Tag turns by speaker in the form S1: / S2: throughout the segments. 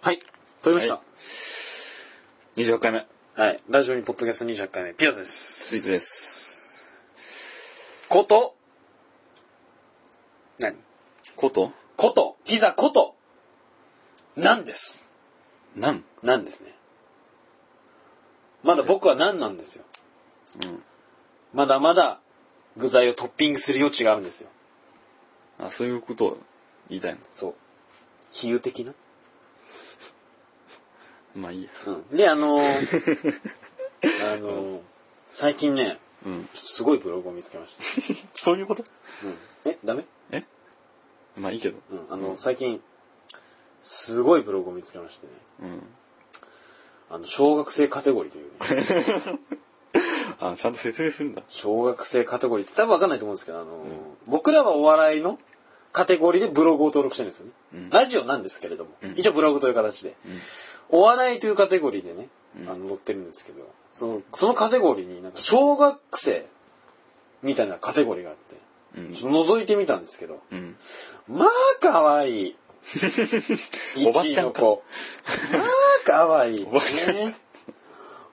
S1: はい。撮りました。
S2: 28回目、
S1: はい。ラジオにポッドキャスト28回目、ピアスです。
S2: スイーツです。
S1: こと、何
S2: こと
S1: こと、ピザこと、なんです。
S2: なん
S1: なんですね。まだ僕はなんなんですよ。
S2: うん。
S1: まだまだ具材をトッピングする余地があるんですよ。
S2: あ、そういうことを言いたいの。
S1: そう。比喩的な。
S2: まあいいや。
S1: うん。で、あの ーあのー最近ね、
S2: うん。
S1: すごいブログを見つけました。
S2: そういうこと
S1: え、ダメ
S2: えまあいいけど。
S1: うん。あの、最近、すごいブログを見つけましてね。
S2: うん。
S1: あの、小学生カテゴリーというね。
S2: あ、ちゃんと説明するんだ。
S1: 小学生カテゴリーって多分わかんないと思うんですけど、あのー、僕らはお笑いのカテゴリーでブログを登録してるんですよね。
S2: うん
S1: ラジオなんですけれども、
S2: ん
S1: 一応ブログという形で、お笑いというカテゴリーでね、あの、載ってるんですけど、その、そのカテゴリーになんか、小学生みたいなカテゴリーがあって、
S2: うん
S1: ちょっと覗いてみたんですけど、
S2: うん。
S1: まあ、可愛い
S2: お
S1: 1
S2: ばち
S1: 位
S2: ゃ
S1: の
S2: んか
S1: 子。まあ、可愛い
S2: おばちゃん
S1: ね。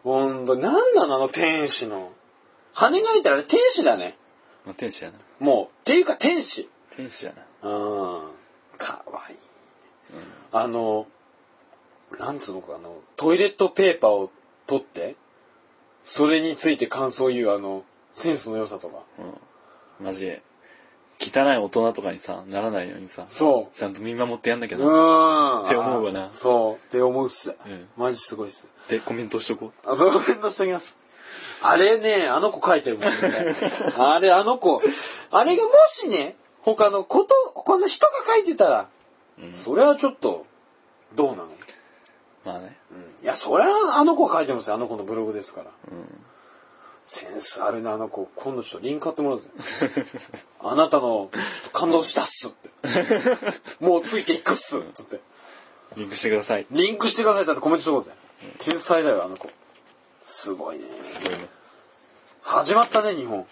S1: ほんと、なんなのあの天使の。羽がいたらあれ天使だね。
S2: まあ天使やな。
S1: もう、っていうか天使。
S2: 天使やな。
S1: うん。可愛いあの、なんつうのか、あの、トイレットペーパーを取って、それについて感想を言う、あの、センスの良さとか。
S2: うん。マジで。汚い大人とかにさ、ならないようにさ、
S1: そう。
S2: ちゃんと見守 ってやんなきゃ
S1: う
S2: な。
S1: ん。
S2: って思うわな
S1: そう。って思うっす。
S2: うん
S1: マジすごいっす。
S2: で、コメントしとこ
S1: あ、そうコメントしときます。あれね、あの子書いてるもんね。あれ、あの子。あれがもしね、他のこと、他の人が書いてたら、
S2: う。うん。
S1: それはちょっと、どうなの、
S2: まあね。
S1: うん、いや、それはあの子が書いてますよ。あの子のブログですから。
S2: うん。
S1: センスあるな、あの子。今度ちょっとリンク貼ってもらうぜ。あなたの、ちょっと感動したっすって。もうついていくっすつって。
S2: リンクしてください。
S1: リンクしてくださいってコメントしとこうぜ。天才だよ、あの子。すごいね。
S2: すごいね。
S1: 始まったね、日本。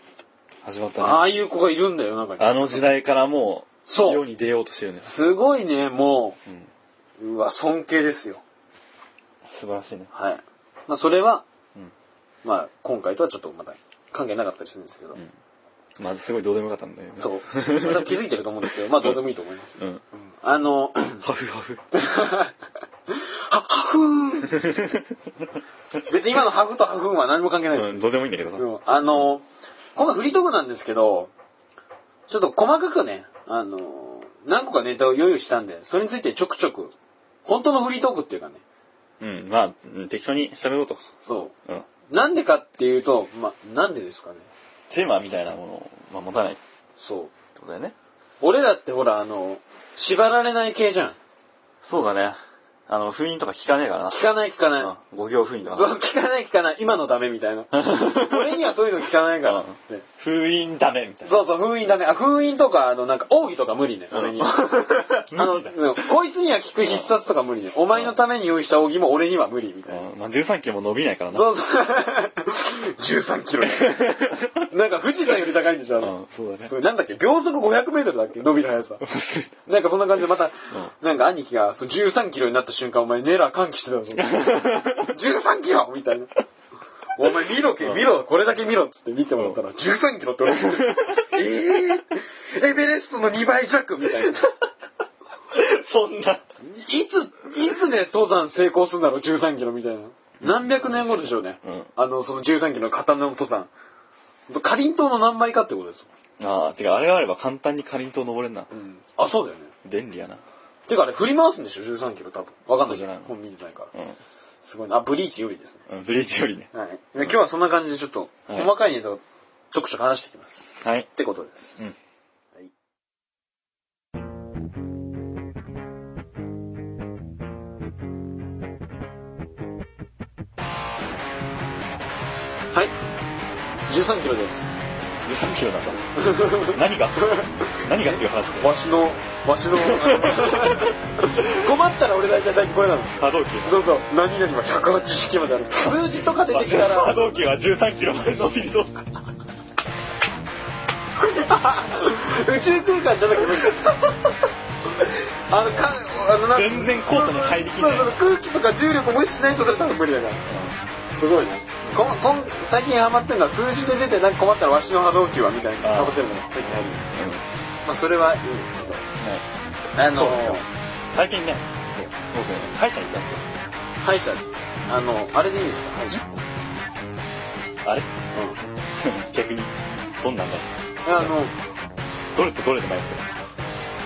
S2: 始まったね。
S1: ああいう子がいるんだよ、中に。
S2: あの時代からもう、
S1: そう
S2: 世に出ようとしてるね。
S1: すごいね、もう。うわ、尊敬ですよ。
S2: 素晴らしいね。
S1: はい。まあ、それは、
S2: ん
S1: まあ、今回とはちょっとまた関係なかったりするんですけど、
S2: まあ、すごいどうでもよかったんだよね。
S1: そう。まあ気づいてると思うんですけど、まあ、どうでもいいと思います。
S2: うん。
S1: あの、は、
S2: ハフハフ。
S1: ハフー別に今のハフとハフーンは何も関係ないです。
S2: うん、どうでもいいんだけどさ。
S1: うんあの、今回フリートークなんですけど、ちょっと細かくね、あの、何個かネタを用意したんで、それについてちょくちょく、本当のフリートークっていうかね、
S2: うん、まあ、うん適当に喋ろうと。
S1: そ
S2: うん。
S1: う。なんでかっていうと、ま、なんでですかね。
S2: テーマみたいなものを、まあ、持たないって
S1: そう。
S2: ことだよね。
S1: 俺らってほら、あの、縛られない系じゃん。
S2: そうだね。あの、封印とか聞かねえからな。
S1: 聞かない聞かない。
S2: うん。五行封印と
S1: そう、
S2: か。
S1: 聞かない聞かない。今のダメみたい な。俺にはそういうの聞かないから。ね
S2: 封印ダメみたいな。
S1: そうそう、封印ダメ。あ、封印とか、あの、なんか、奥義とか無理ね、俺に は。あの、うんこいつには聞く必殺とか無理ね。お前のために用意した奥義も俺には無理、みたいな。
S2: うん、まあ、13キロも伸びないからな。
S1: そうそう。13キロ ね。なんか、富士山より高いんでしょ、あれ
S2: うん、そうだね。
S1: それなんだっけ秒速500メートルだっけ伸びる速さ。なんかそんな感じでまた、なんか兄貴がそう13キロになった瞬間お前ネラ歓喜してたぞ。13キロみたいな。お前見ろけ、見ろ、これだけ見ろっつって見てもらったら、13キロって俺えー、エベレストの2倍弱みたいな。
S2: そんな。
S1: いつ、いつね、登山成功するんだろう、13キロみたいな。何百年後でしょうね。
S2: うん
S1: あの、その13キロの刀の登山。かりんとうの何倍かってことですよ。
S2: ああ、てか、あれがあれば簡単にかりんとう登れんな。
S1: うん。あ、そうだよね。
S2: 便利やな。
S1: てかあれ振り回すんでしょ13キロ多分わかんない
S2: そうじゃないの
S1: 本見てないから、
S2: うん
S1: すごいなあブリーチよりですね
S2: うん。ブリーチよりね。
S1: はいで今日はそんな感じでちょっと
S2: はい
S1: 細かいネタをちょくちょく話していきます、
S2: はい。
S1: ってことです、はい、はい13キロです
S2: 13キロなんだ。 何が何がっていう話で。
S1: わしのわ しの困ったら俺大体最近これなの
S2: 波動機。
S1: そうそう、何々は180式まである。数字とか出てきた
S2: 波
S1: ら、
S2: 動機は13キロまで伸びるぞ。
S1: 宇宙空間じゃなくて無理。あの、か、あのなん
S2: 全然コートに入りきんな
S1: そう
S2: い
S1: そう空気とか重力を無視しないとそれ多分無理だからすごいねこんこん最近ハマってるのは数字で出てなんか困ったらわしの波動球はみたいなかぶせるのが最近入るんですけど、まあそれはいいんですけどあ
S2: そう
S1: の
S2: ですよ最近ねそう僕ね歯医者行ったんですよ
S1: 歯医者ですねあのあれでいいですか歯医者
S2: あれ
S1: う
S2: 逆にどんなんだろ
S1: んあの
S2: うどれとどれで迷って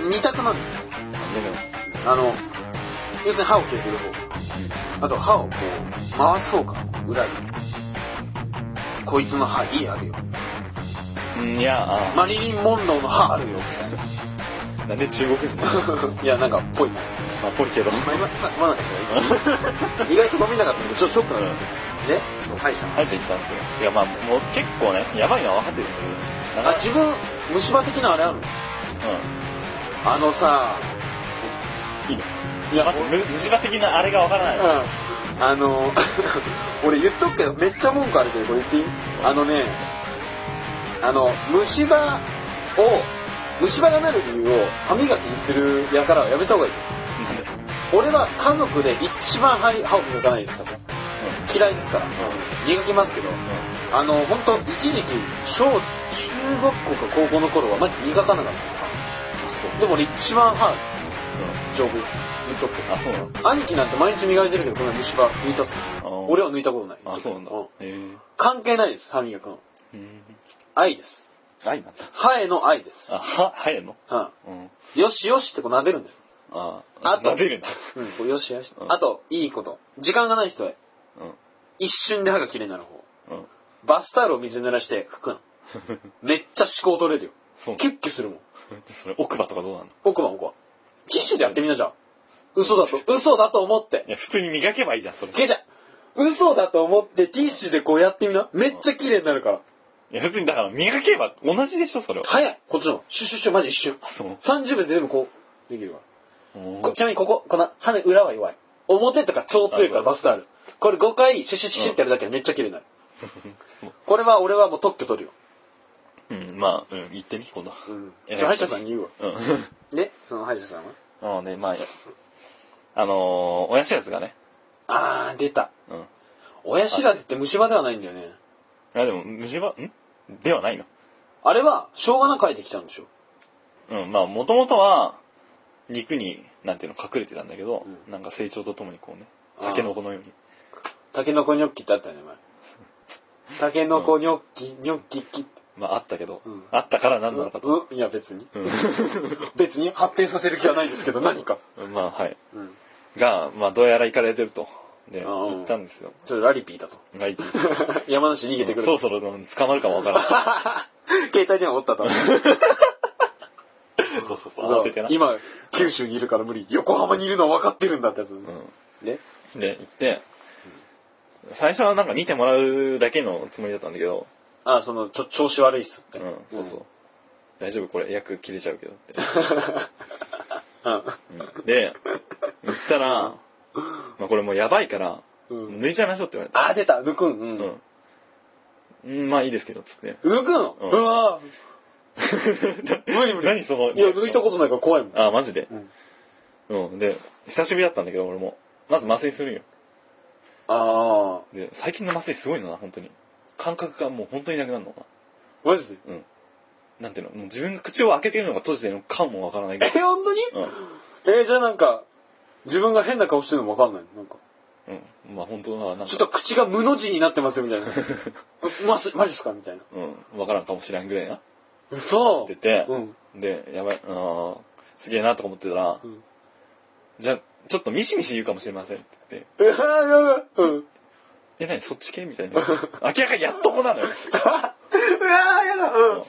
S2: る
S1: 二択なんですよ
S2: でも
S1: あの要するに歯を削る方あと歯をこう回す方か裏にこいつの歯いいあるよ
S2: うんいやあ
S1: マリリン・モンローの歯あるよ みたいな
S2: なんで中国人なの
S1: いや、なんか、ぽいな。
S2: まあぽいけ ど
S1: まあ、今、今つまんなかったけ ど、意外と飲みなかったんで、ちょっとショックなんですよ。で、そう歯医者。
S2: 歯医者行ったんですよいやまあもう結構ねやばいのは分かってるんだけどな
S1: あ、
S2: かなか
S1: 自分、虫歯的なあれあるのあのさ、
S2: うんいいの
S1: い
S2: い
S1: や
S2: やまずむ虫歯的なあれが分からない、うん、
S1: うん。あの、 俺言っとくけど、めっちゃ文句あるけど、これ言っていいあのね、あの、虫歯を、虫歯がなる理由を歯磨きするやからはやめた方がいい。
S2: なんで
S1: 俺は家族で一番歯歯を磨かないです、多分。嫌いですから。元気ますけど。あの、本当一時期、小、中学校か高校の頃は、マジ磨かなかった。
S2: あそう
S1: でも俺一番歯、
S2: う
S1: 丈夫。言っとくけ
S2: んあそうなの
S1: ど。兄貴なんて毎日磨いてるけど、この虫歯抜いたっすよ。
S2: あー
S1: 俺は抜いたことない。
S2: あそうなんだへえ
S1: 関係ないです、歯磨くの。
S2: うん
S1: 愛です。
S2: 愛なんだ
S1: 歯への愛です。
S2: あは歯やの
S1: は
S2: うん
S1: い。よしよしってこう撫でるんです。
S2: あ
S1: あと
S2: 撫でるんだ
S1: うん、こうよしよし。
S2: うん
S1: あと、いいこと。時間がない人へ。
S2: う
S1: 一瞬で歯が綺麗になる方。
S2: んうん
S1: バスタオルを水に濡らして拭 くの。めっちゃ思考取れる
S2: そう
S1: よ。キュッキュするもん。
S2: それ奥歯とかどうなんの
S1: 奥歯奥歯。ティッシュでやってみなじゃん。嘘だと、嘘だと思って
S2: い。や普通に磨けばいいじゃんそれ
S1: 違う違う。嘘だと思ってティッシュでこうやってみな。めっちゃ綺麗になるから。
S2: いや、別にだから磨けば同じでしょ、それは。
S1: 早いこっちの方。シュッシュッシュッ、マジ一瞬。
S2: そう
S1: 30秒で全部こう、できるわ。
S2: うん
S1: こちなみにここ、この羽裏は弱い。表とか超強いからバスタオル。これ5回シュッシュッシュッシュッってやるだけでめっちゃ綺麗になる。これは俺はもう特許取るよ。
S2: うん、まあ、うん、行ってみ、今度。
S1: うん。
S2: え
S1: じゃあ歯医者さんに言うわ。
S2: うん。
S1: で、その歯医者さんは
S2: なので、まあ、いやあのー、親知らずがね。
S1: あー、出た。
S2: うん。い
S1: 親知らずって虫歯ではないんだよね。
S2: や、でも、虫歯、んではないの。
S1: あれは、しょうがなく生えてきちゃうんでしょ。
S2: うん、まあ、もともとは、肉に、なんていうの、隠れてたんだけど、なんか成長とともにこうね、
S1: あー
S2: タケノコのように。
S1: タケノコニョッキってあったよね、 前。タケノコニョッキ、ニョッキッキって。
S2: まあ、あったけど、
S1: ん
S2: あったから何なのかと。
S1: うん、いや別に。別に発展させる気はないんですけど、何か。
S2: まあ、はい。
S1: うん。
S2: が、まあ、どうやら行かれてると。で、
S1: あー
S2: 行ったんですよ。
S1: ちょっとラリピーだと。
S2: はい。
S1: 山梨逃げて くる。
S2: そろそろうん捕まるかもわからん。
S1: 携帯電話おったと。
S2: そうそうそう、
S1: そ
S2: 慌
S1: う
S2: ててな。
S1: 今、九州にいるから無理。横浜にいるのは分かってるんだってやつ。
S2: う
S1: ね。
S2: で、行って、最初はなんか見てもらうだけのつもりだったんだけど、
S1: あ、その、ちょ、調子悪いっすって。
S2: うん、そうそう。大丈夫これ、役切れちゃうけど って。うんで、行ったら、まあこれもうやばいから、
S1: うん
S2: 抜いちゃいましょうって言われた。
S1: あ、出た抜くん。うん。抜
S2: うん。うんまあいいですけど、つって。
S1: くの
S2: うん
S1: う わぁ無理無理。
S2: 何その、
S1: いや、抜いたことないから怖いもん。
S2: あ、マジで。うん。で、久しぶりだったんだけど、俺も。まず麻酔するんよ。
S1: あ
S2: で、最近の麻酔すごいのな、本当に。感覚がもう本当になくなるのかな。
S1: ー。マジで
S2: なんていうのもう自分が口を開けてるのか閉じてるのかもわからないぐらい。
S1: え、本当に
S2: うん。
S1: えー、じゃあなんか、自分が変な顔してるの分かんないのなんか、
S2: うん。まあ本当は、なんか
S1: ちょっ、と口が無の字になってますよみた いな。うマジ、マジっすかみたいな。
S2: うん。わからんかもしれんぐらいな。
S1: 嘘
S2: 出て、
S1: うん。
S2: で、やばい、あーすげえなとか思ってたら、
S1: ん
S2: じゃあ、ちょっとミシミシ言うかもしれませんって言って、
S1: うわーやばい。うん。うわ
S2: え、なにそっち系みたいな。明らかにやっとこなのよ。
S1: ーやだ。うん。うわ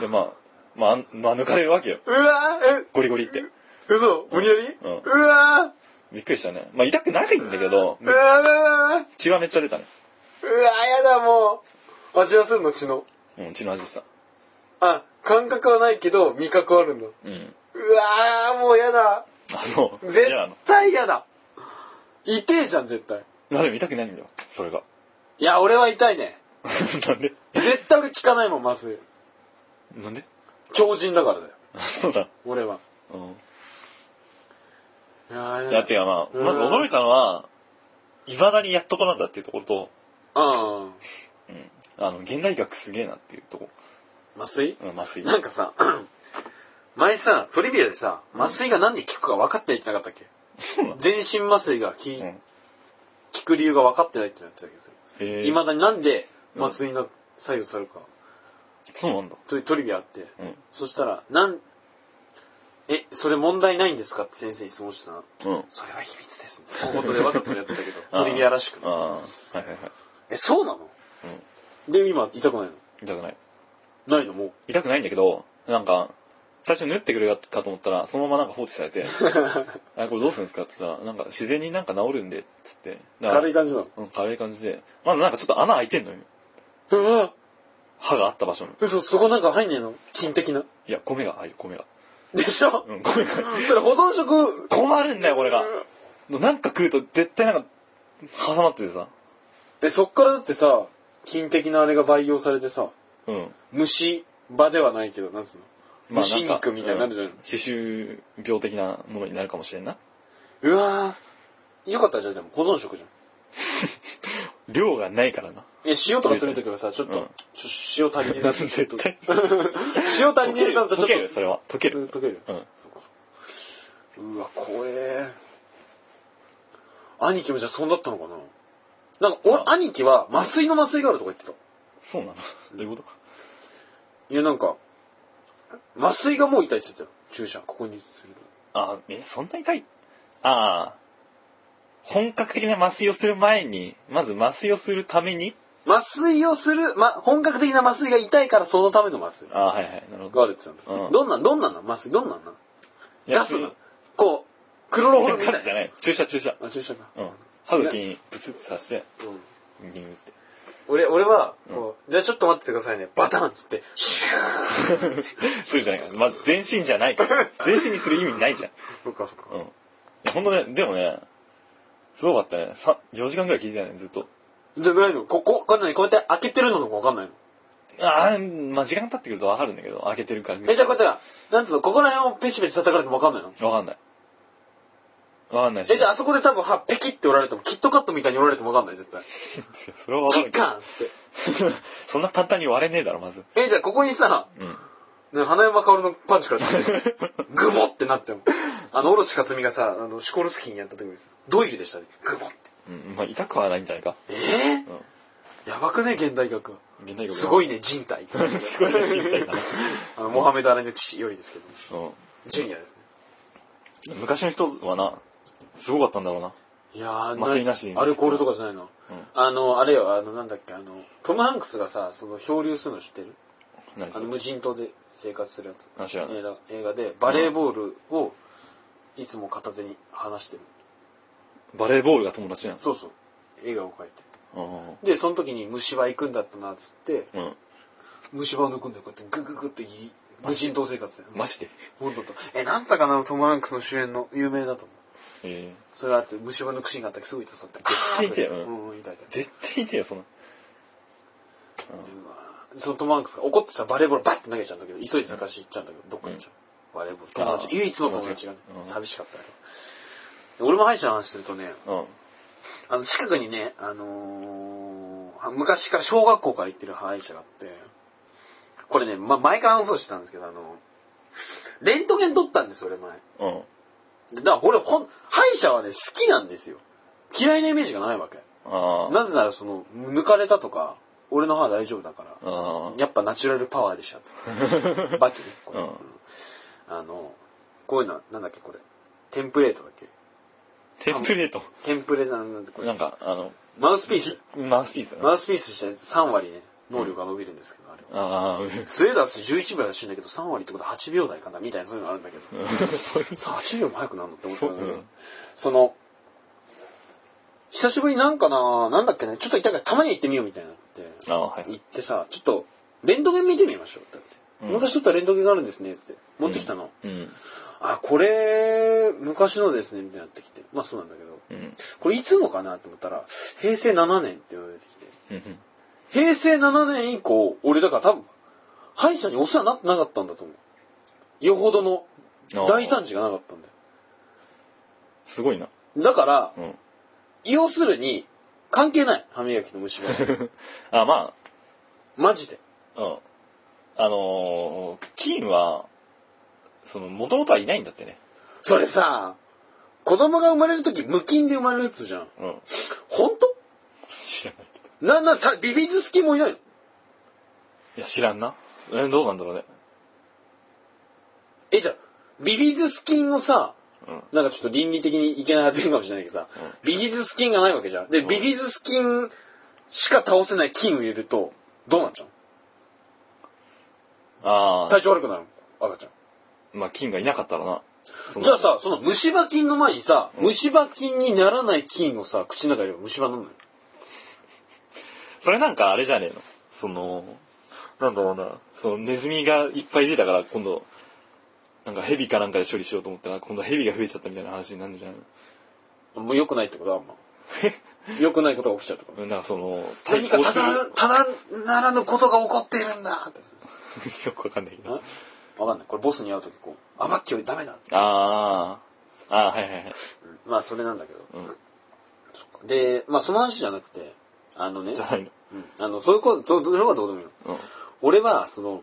S2: で、まあ、まああん、まあ、抜かれるわけよ。
S1: ーえ、
S2: ゴリゴリって。
S1: 嘘無理やり
S2: う
S1: うんわー
S2: びっくりしたね。まあ、痛くないんだけど
S1: う、わーうわーうわーうわー
S2: 血はめっちゃ出たね。
S1: やだ、もう。味はすんの、血の。
S2: うん、血の味した。
S1: あ、感覚はないけど、味覚はあるんだ。
S2: うん。
S1: うわーもうやだ。
S2: あ、そう。
S1: 絶
S2: 嫌なの。
S1: 対やだ。痛えじゃん、絶対。
S2: まあでも痛くないんだよ。それが。
S1: いや、俺は痛いね。
S2: なんで
S1: 絶対俺効かないもん、麻酔。
S2: なんで
S1: 強靭だからだよ。
S2: あそうだ。
S1: 俺は。
S2: うん。
S1: いやー
S2: いや、てかまあ、まず驚いたのは、いまだにやっとこなんだっていうところと、
S1: うん。
S2: あの、現代学すげえなっていうとこ
S1: 麻酔
S2: ろ、うん、麻酔。
S1: なんかさ、 前さ、トリビアでさ、麻酔がなんで効くか分かってないってなかったっけ
S2: そうなの
S1: 全身麻酔が効い
S2: うん
S1: 効く理由が分かってないってなってたけどさ、
S2: へえ
S1: いまだになんで麻酔の作用されるか、
S2: そうなんだ。
S1: トリトリビアあって、
S2: うん
S1: そしたら、なん、え、それ問題ないんですかって先生に質問したな。
S2: うん。
S1: それは秘密です、みたいなことでわざとやってたけど、
S2: あー
S1: トリビアらしく
S2: あ。あ、はいはいはい。
S1: え、そうなの、で、今、痛くない
S2: 痛くない。
S1: のないのもう。
S2: 痛くないんだけど、なんか、最初縫ってくれるかと思ったら、そのままなんか放置され て、あ、これどうするんですかってさ、なんか自然になんか治るんで、つって。だから
S1: 軽い感じなの。
S2: うん、軽い感じで。まだなんかちょっと穴開いてんのよ。
S1: うわ
S2: 歯があった場所の。
S1: 嘘、そこなんか入んねえの金的ない
S2: や、米が、ああいう米が。
S1: でしょ、
S2: うん、米が。
S1: それ保存食
S2: 困るんだよ、これが。なんか食うと絶対なんか、挟まっててさ。
S1: え、そっからだってさ、金的なあれが培養されてさ、
S2: うん。
S1: 虫歯ではないけど、なんつうの、虫
S2: なんか
S1: 肉みたいになるじゃん。
S2: うん歯周病的なものになるかもしれんな。
S1: うわーよかったじゃん、でも保存食じゃん。
S2: 量がないからな。
S1: え、塩とか詰めとけばさ、ちょっと、
S2: うん
S1: ちょっと塩足りねえなって、ちょっ
S2: 絶
S1: と。
S2: 対。
S1: 塩足り
S2: 溶
S1: ね
S2: け
S1: え
S2: る、
S1: なって、ちょ
S2: 溶
S1: っと
S2: け。るそれは。溶け
S1: うん
S2: る。
S1: 溶ける。
S2: うん。
S1: うわ、怖え。兄貴もじゃあそんだったのかななんか、俺、兄貴は麻酔の麻酔があるとか言ってた。
S2: そうなのどういうこ
S1: いや、なんか、麻酔がもう痛いって言ってたよ。注射、ここにすると。
S2: とあ、え、そんな痛いああ。本格的な麻酔をする前に、まず麻酔をするために
S1: 麻酔をする、ま、本格的な麻酔が痛いからそのための麻酔
S2: ああ、はいはい。なるほ
S1: があ
S2: ど。
S1: るって言ってた
S2: う
S1: の。
S2: ん
S1: どんなん、どんなんなん麻酔、どんなんなん出す
S2: いや
S1: のこう、クロロホルムみた
S2: 数
S1: い
S2: じゃ
S1: な。
S2: ない。注射注射。
S1: あ、注射か。
S2: うん。歯茎にブスって刺して、
S1: うん
S2: ニューって。
S1: 俺、俺は、こう、じゃあちょっと待っててくださいね。バタンっつって、シュー
S2: するじゃないから。まず全身じゃないから。全身にする意味ないじゃん。
S1: そっかそっか
S2: うん。いや、ほんとね、でもね、すごかったね。さ4時間ぐらい聞いてたね、ずっと。
S1: じゃないのここ、これ何こうやって開けてるのとかわかんないの
S2: ああ、まあ、時間経ってくるとわかるんだけど、開けてる感じ。
S1: え、じゃあこうやって、なんつうの、ここら辺をペチペチ叩かれてもわかんないの
S2: わかんない。わかんないし。
S1: え、じゃああそこで多分歯ペキって折られても、キットカットみたいに折られてもわかんない、絶対。
S2: それはわか
S1: キッ
S2: んないけど。
S1: カーンっつっ
S2: そんな簡単に割れねえだろ、まず。
S1: て。え、じゃあここにさ、
S2: うん。
S1: ね花山薫のパンチから 出てグモってなっても。あの、オロチ克美がさ、あの、シコルスキーにやった時にさ、ドイルでしたね。グモって。
S2: うん。まあ、痛くはないんじゃないか。
S1: えぇ、やばくね、現代学は。
S2: 現代
S1: すご
S2: い。
S1: いね、人 体。
S2: すごいらしいみたいな。
S1: あの、モハメド・アラニの父よりですけど、
S2: う
S1: ジュニアですね。
S2: ん。昔の人はな、すごかったんだろうな。
S1: いやー、
S2: 祭りなし
S1: アルコールとかじゃないの、あの、あれよ、あの、なんだっけ、あの、トム・ハンクスがさ、その、漂流するの知ってる
S2: 何
S1: あ
S2: そ
S1: の、
S2: れ
S1: 無人島で生活するやつ。
S2: あ知らない
S1: 映画映画で、バレーボールを、いつも片手に話してる。
S2: バレーボールが友達なの
S1: そうそう。映画を描いて。
S2: うん
S1: で、その時に虫歯行くんだったな、つって、
S2: うん。うん。
S1: 虫歯を抜くんだよ、こうやって、グググってぎ、無人島生活で。
S2: マジで。
S1: ほんとと。え、なんつったかな、トム・ハンクスの主演の、有名だと思う。
S2: ええ。
S1: それあって、虫歯抜くシーンがあったけど、すぐ痛そうだ
S2: 絶対痛いよ
S1: う、
S2: うん
S1: うん、痛い痛い。
S2: 絶 対痛いよ、その。
S1: そのトム・ハンクスが怒ってさ、バレーボールバッて投げちゃうんだけど、急いで探し行っちゃうんだけど、どっか行っちゃう。バレーボール。友達、
S2: あー
S1: 唯一の友達がね
S2: 友達がう、ん
S1: 寂しかったよ。で俺も歯医者の話するとね、
S2: うん。
S1: あの、近くにね、あのー、昔から小学校から行ってる歯医者があって、これね、ま、前から話そうしてたんですけど、あの、レントゲン撮ったんです、俺前。
S2: うん。
S1: だから俺、ほん、歯医者はね、好きなんですよ。嫌いなイメージがないわけ。
S2: ああ。
S1: なぜならその、抜かれたとか、俺の歯大丈夫だから、
S2: あ
S1: やっぱナチュラルパワー でしょって。バキね、これ、
S2: うん
S1: あの、こういうのは、なんだっけ、これ。テンプレートだっけ
S2: テンプレート。
S1: テンプレなんなんだっけこれ。
S2: なんか、あの、
S1: マウスピース。
S2: マウスピースだな。
S1: マウスピースして3割ね、能力が伸びるんですけど、あれは。
S2: ああ、うん。
S1: スウェーダース11秒らしいんだけど、3割ってことは8秒台かな、みたいなそういうのあるんだけど。
S2: そういう
S1: さあ8秒も早くなるのって思ったんだけど、
S2: そううん
S1: その、久しぶりになんかな、なんだっけね、ちょっと痛いからたまに行ってみようみたいになって。
S2: あはい
S1: 行ってさ、ちょっと、レントゲン見てみましょうって言われて。昔撮ったレントゲンがあるんですね、つって。持ってきたの。
S2: うん。
S1: あ、これ、昔のですね、みたいになってきて。まあそうなんだけど。
S2: うん。
S1: これいつのかなと思ったら、平成7年って言われてきて。
S2: うん。
S1: 平成7年以降、俺だから多分、歯医者にお世話になってなかったんだと思う。よほどの
S2: あー
S1: 大惨事がなかったんだよ。
S2: すごいな。
S1: だから、
S2: うん。
S1: 要するに、関係ない。歯磨きの虫歯。
S2: あ、ま
S1: マジで。
S2: あ、うん。あのー、金は、その、もともとはいないんだってね。
S1: それさ、子供が生まれるとき無菌で生まれるやつじゃん。
S2: うん。
S1: ほんと
S2: 知らないけど。
S1: な、な、たビビズス菌もいないの
S2: いや、知らんな。え、どうなんだろうね。
S1: え、じゃあ、ビビズス菌のさ、
S2: うん
S1: なんかちょっと倫理的にいけない発言かもしれないけどさ、ビビズス菌がないわけじゃん。で、ビビズス菌しか倒せない菌を入れると、どうなっちゃう
S2: あ
S1: の
S2: あ、
S1: 体調悪くなるの赤ちゃん。
S2: まあ、金がいなかったらな。その
S1: じゃあさ、その虫歯菌の前にさ、虫歯菌にならない菌をさ、口の中に入れば虫歯なんない
S2: それなんかあれじゃねえのその、なんだろうな、そのネズミがいっぱい出たから今度、なんかヘビかなんかで処理しようと思ったら今度ヘビが増えちゃったみたいな話になるんじゃないの
S1: もう良くないってことはあん ま。良くないことが起きちゃうってこと
S2: うんなんかその、
S1: 何かただ、ただならぬことが起こっているんだってさ
S2: する。 よくわかんないけど。
S1: わかんない。これボスに会うときこう、あ、マッキーよりダメだ。
S2: ああ、ああー、はいはいはい。
S1: まあそれなんだけど。
S2: ん
S1: そっかで、まあその話じゃなくて、あのね
S2: じ、ゃないの。
S1: うんあの、そういうこと、どうどうどうでもいいの。
S2: うん。
S1: 俺は、その、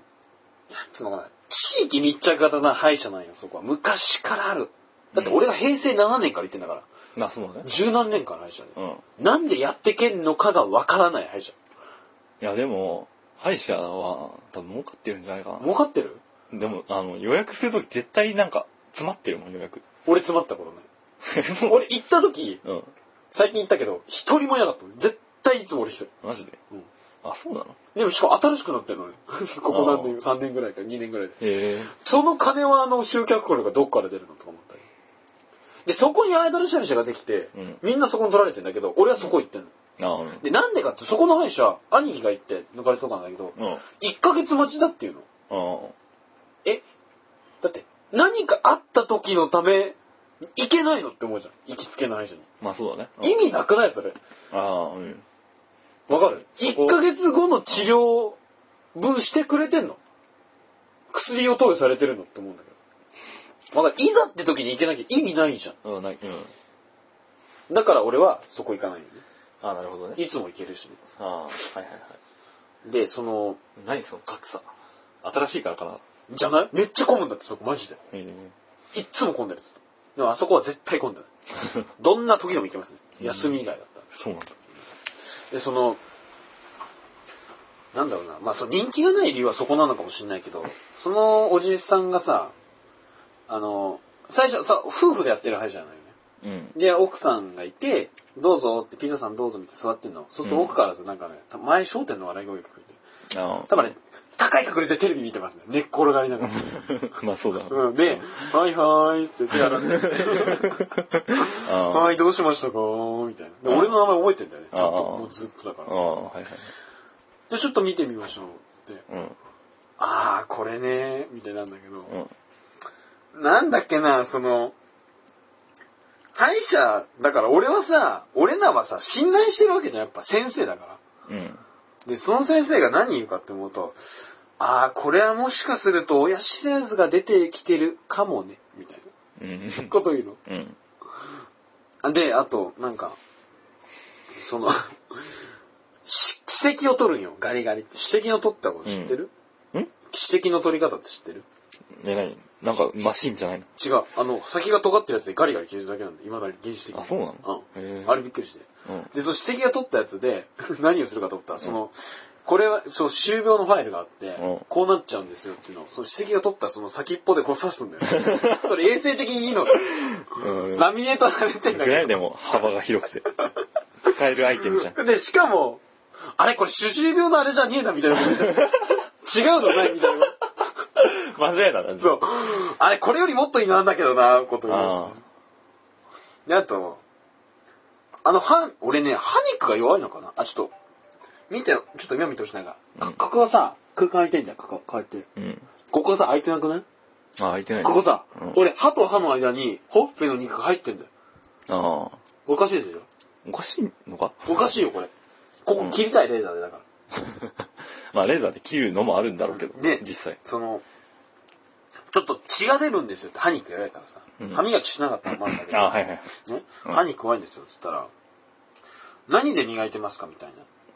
S1: なんつうのかな、地域密着型な歯医者なんよ、そこは。昔からある。だって俺が平成7年から言ってんだから。
S2: な、そうだね。
S1: 十何年間の歯医者で、
S2: うん。い
S1: なんでやってけんのかがわからない歯医者。
S2: やでも、歯医者は多分儲かってるんじゃないか
S1: 儲かってる
S2: な。でも、あの、予約するとき絶対なんか詰まってるもん、予約。
S1: 俺詰まったことない。
S2: そう
S1: 俺行った時、
S2: うん。
S1: 最近行ったけど、一人もいなかった。絶対いつも俺一人。
S2: マジで。
S1: うん
S2: あ、そうなの
S1: でもしかも新しくなってるのね。 ここ何年、3年ぐらいか、2年ぐらいで。
S2: へえ。
S1: その金はあの集客効がどっから出るのとか思ったり。で、そこにアイドル社医者ができて、
S2: うん
S1: みんなそこに取られてんだけど、俺はそこ行ってんの。
S2: ああ、うん。
S1: で、なんでかって、そこの歯医者、兄貴が行って抜かれとかなんだけど、
S2: うん。
S1: 1ヶ月待ちだっていうの。
S2: うん。
S1: えだって何かあった時のためいけないのって思うじゃん行きつけの歯医者に
S2: まあそうだね。
S1: 意味なくないそれ
S2: ああ、うん。
S1: わかる
S2: そ
S1: 1
S2: こ
S1: ヶ月後の治療分してくれてんの薬を投与されてるのって思うんだけどわかるいざって時に行けなきゃ意味ないじゃ
S2: うん、ない。うん。
S1: んだから俺はそこ行かないよね
S2: ああ、なるほどね。
S1: いつも行けるしね
S2: ああ、はいはいはい。
S1: でその
S2: 何その格差。新しいからかな。
S1: じゃないめっちゃ混むんだってそこマジで
S2: ええ。
S1: いっつも混んでるやつでもあそこは絶対混んでない どんな時でも行けますね休み以外だったら
S2: そうなんだ。
S1: でそのなんだろうなまあその人気がない理由はそこなのかもしれないけどそのおじさんがさあの最初さ夫婦でやってる歯医者なのよね
S2: うん。
S1: で奥さんがいて「どうぞ」って「ピザさんどうぞ」って座ってんのそうすると奥からさ、なんかねた前『笑点』の笑い声が聞こえて
S2: あ
S1: 多分ね高い確率でテレビ見てますね寝っ転がりな がら。
S2: あ。 まあそうだ。
S1: うん、で、はいはーいっつって手洗って、
S2: ああ。
S1: はい どうしましたかみたいな。で俺の名前覚えてんだよね。ちゃんと
S2: ああ
S1: もうずっとだか
S2: あ
S1: ら。
S2: あ、はいはい。
S1: で、ちょっと見てみましょうっつって。
S2: うん。
S1: ああこれねみたいなんだけ
S2: う
S1: ど、
S2: ん。
S1: なんだっけなその歯医者だから俺はさ俺らはさ信頼してるわけじゃんやっぱ先生だから
S2: うん。
S1: でその先生が何言うかって思うとああこれはもしかすると親知らずが出てきてるかもねみたい
S2: うん。
S1: なこと言うの
S2: うん。
S1: あであとなんかそのし歯石を取るんよガリガリって歯石の取ったこと知ってる、
S2: うんん
S1: 歯石の取り方って知ってる
S2: え、何なんかマシンじゃ ないの
S1: 違う。あの、先が尖ってるやつでガリガリ切れるだけなんで、未だに原始的に
S2: あそうなの
S1: うん
S2: へ。ー
S1: あれびっくりして。
S2: うん
S1: で、その指摘が取ったやつで、 何をするかと思ったら、その、これは、そう、終病のファイルがあって
S2: うん、
S1: こうなっちゃうんですよっていうのを、その指摘が取ったその先っぽでこう刺すんだよ ね。それ衛生的にいいの。
S2: うん。
S1: ラミネートされてんだ
S2: ぐらい
S1: け
S2: でも幅が広くて。使えるアイテムじゃん。
S1: ど。で、しかも、あれこれ歯周病のあれじゃねえなみたいな。 違うのないみたいな。
S2: 間違いだな。
S1: そう。あれ、これよりもっといいのあんだけどな、こと言いましたね
S2: あ。
S1: で、あと、あの、歯、俺ね、歯肉が弱いのかなあ、ちょっと、見て、ちょっと今見てほしいんだが、こここはさ、空間空いてんじゃん、ここ、こうやって。
S2: う。うん。
S1: ここさ、空いてなくない
S2: あ、開いてない。
S1: ここさ、
S2: うん
S1: 俺、歯と歯の間に、ほっぺの肉が入ってんだよ。
S2: ああ。
S1: おかしいでしょ
S2: おかしいのか
S1: おかしいよ、これ。ここ切りたいレーザーで、だから。
S2: まあレーザーで切るのもあるんだろうけど。
S1: で、
S2: 実際。
S1: その、ちょっと血が出るんですよって歯に弱いからさ、歯磨きしなかったらまだだけど
S2: あはいはい。
S1: ね、歯に怖いんですよって言ったら「何で磨いてますか?」みたい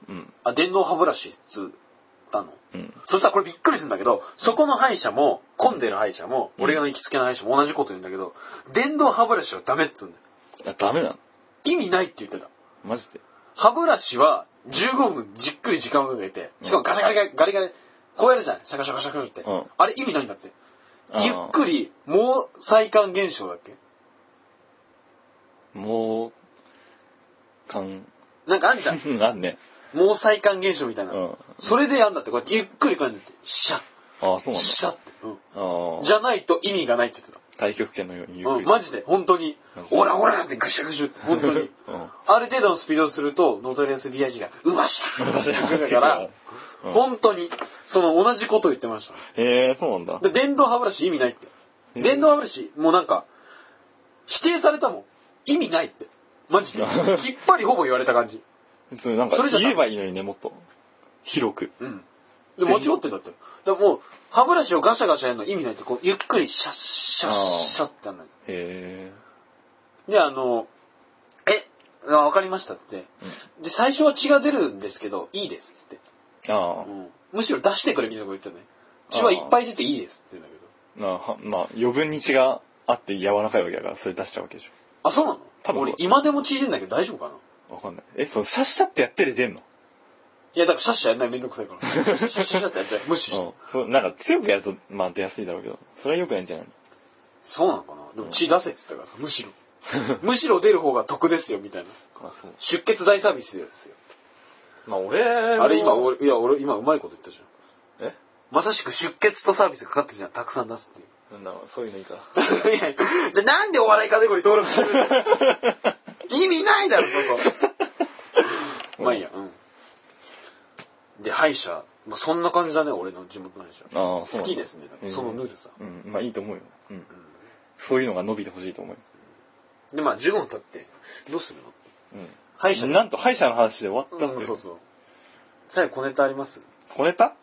S1: な
S2: うん。
S1: あ、電動歯ブラシっつったの。
S2: うん
S1: そしたらこれびっくりするんだけど、そこの歯医者も、混んでる歯医者も、俺の行きつけの歯医者も同じこと言うんだけど、電動歯ブラシはダメっつうんだよ。
S2: あ、ダメなの
S1: 意味ないって言ってた。
S2: マジで。
S1: 歯ブラシは15分じっくり時間をかけて、しかもガシャガリガリガリガリ、こうやるじゃん。シャカシャカシャカシャって。
S2: うん
S1: あれ意味ないんだって。
S2: あー
S1: ゆっくり、毛細管現象だっけ
S2: もう、かん、
S1: なんかあんじゃん。
S2: うん、あんね。
S1: 毛細管現象みたいな。
S2: うん
S1: それでやんだって、こうやってゆっくりこうやってやって、シャッ、
S2: ああ、そうなんだ。
S1: シャッって。うん
S2: ああ。
S1: じゃないと意味がないって言ってた。
S2: 太極拳のようにゆっ
S1: うん、
S2: くり。
S1: マジで、本当に
S2: マ、ジで
S1: オラオラってぐしゃぐしゃ って、本当に。ある程度のスピードをすると、ノートレース BIG が、うましゃ
S2: うましゃー
S1: ってくるから、本当に、その同じことを言ってました。
S2: へえ、そうなんだ。
S1: で、電動歯ブラシ意味ないって。電動歯ブラシ、もうなんか、否定されたもん。意味ないって。マジ で。きっぱりほぼ言われた感じ。
S2: それなんか
S1: それじゃダメ
S2: 言えばいいのにね、もっと。広く。
S1: で、間違ってんだって。でもう、歯ブラシをガシャガシャやるの意味ないって、こう、ゆっくりシャッシャッシャッってやんない。
S2: へ
S1: で、あの、え、あわかりましたって。で、最初は血が出るんですけど、いいですっつって。
S2: え。ああ。
S1: むしろ出してくれみたいなこと言ってたね。血はいっぱい出ていいですって言うんだけど。
S2: なあはまあ、余分に血があって柔らかいわけだから、それ出しちゃうわけでし
S1: あ、そうなの
S2: 多分そう
S1: 俺今でも血出んだけど大丈夫かな
S2: ょ。わかんない。え、その、シャッシャってやってで出んの
S1: いや、だからシャッシャやんないめんどくさいから。シャッシャッシャッシャッってやっちゃう。無視して。
S2: うん。そう、なんか強くやると、まあ出やすいだろうけど、それは良くないんじゃないの
S1: そうなのかなでも血出せって言ったからさ、むしろ。むしろ出る方が得ですよ、みたいな。
S2: あ、そう。
S1: 出血大サービスですよ。
S2: まあ俺あ
S1: あれ今、俺、いや、俺今うまいこと言ったじゃん。
S2: え
S1: まさしく出血とサービスがかかってるじゃん。たくさん出すっていう。
S2: なんだろう、そういうのいいから。
S1: いやいやじゃあなんでお笑いカテゴリー登録して るんだよ意味ないだろ、そ こ。まあいいや、うん。で、歯医者。まあ、そんな感じだね、俺の地元の歯医者。
S2: ああ、そ
S1: 好
S2: うなんだ
S1: きですね、
S2: うん
S1: そのぬるさ。
S2: うん、まあいいと思うよ。うん。そういうのが伸びてほしいと思うよ。
S1: で、まあ、15分経って、どうするの
S2: うん。
S1: 歯医者
S2: なんと歯医者の話で終わっ
S1: う
S2: た
S1: ん
S2: んです
S1: そう
S2: よ。
S1: そう。最後、小ネタあります
S2: これた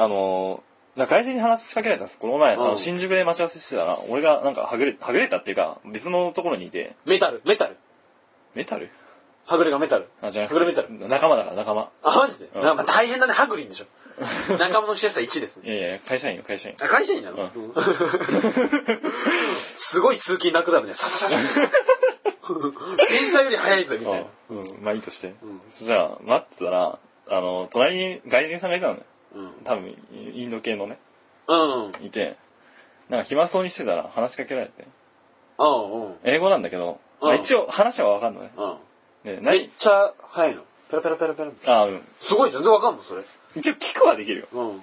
S2: あのー、なんか外人に話しかけられたんです。この前、あ
S1: うん
S2: の新宿で待ち合わせしてたら、俺がなんかはぐれ、はぐれたっていうか、別のところにいて、
S1: メタル、メタル。
S2: メタル
S1: はぐれがメタル。
S2: あ、じゃな
S1: は
S2: く
S1: ぐ
S2: て
S1: れメタル。
S2: 仲間だから仲間。
S1: あ、マジで、
S2: うん
S1: なんか大変だね、ハグリンでしょ。仲間の施設は1ですね
S2: い。やいや、会社員よ、会社員。
S1: あ会社員なの、
S2: う
S1: すごい通勤楽だね。さささささ電車より早いぞ、みたいな。
S2: うん、まあいいとして。そしたら、待ってたら、あの、隣に外人さんがいたのね。
S1: うん。
S2: 多分、インド系のね、
S1: うん。
S2: いて、なんか暇そうにしてたら話しかけられて。
S1: うん。うん。
S2: 英語なんだけど、
S1: うん
S2: まあ一応話はわかんのね。
S1: うん。
S2: ね、
S1: めっ
S2: 何
S1: ちゃ早いの。ペラペラペラペラ。
S2: あ、うん。
S1: すごいじゃん。で、わかんのそれ。
S2: 一応聞くはできるよ。
S1: うん。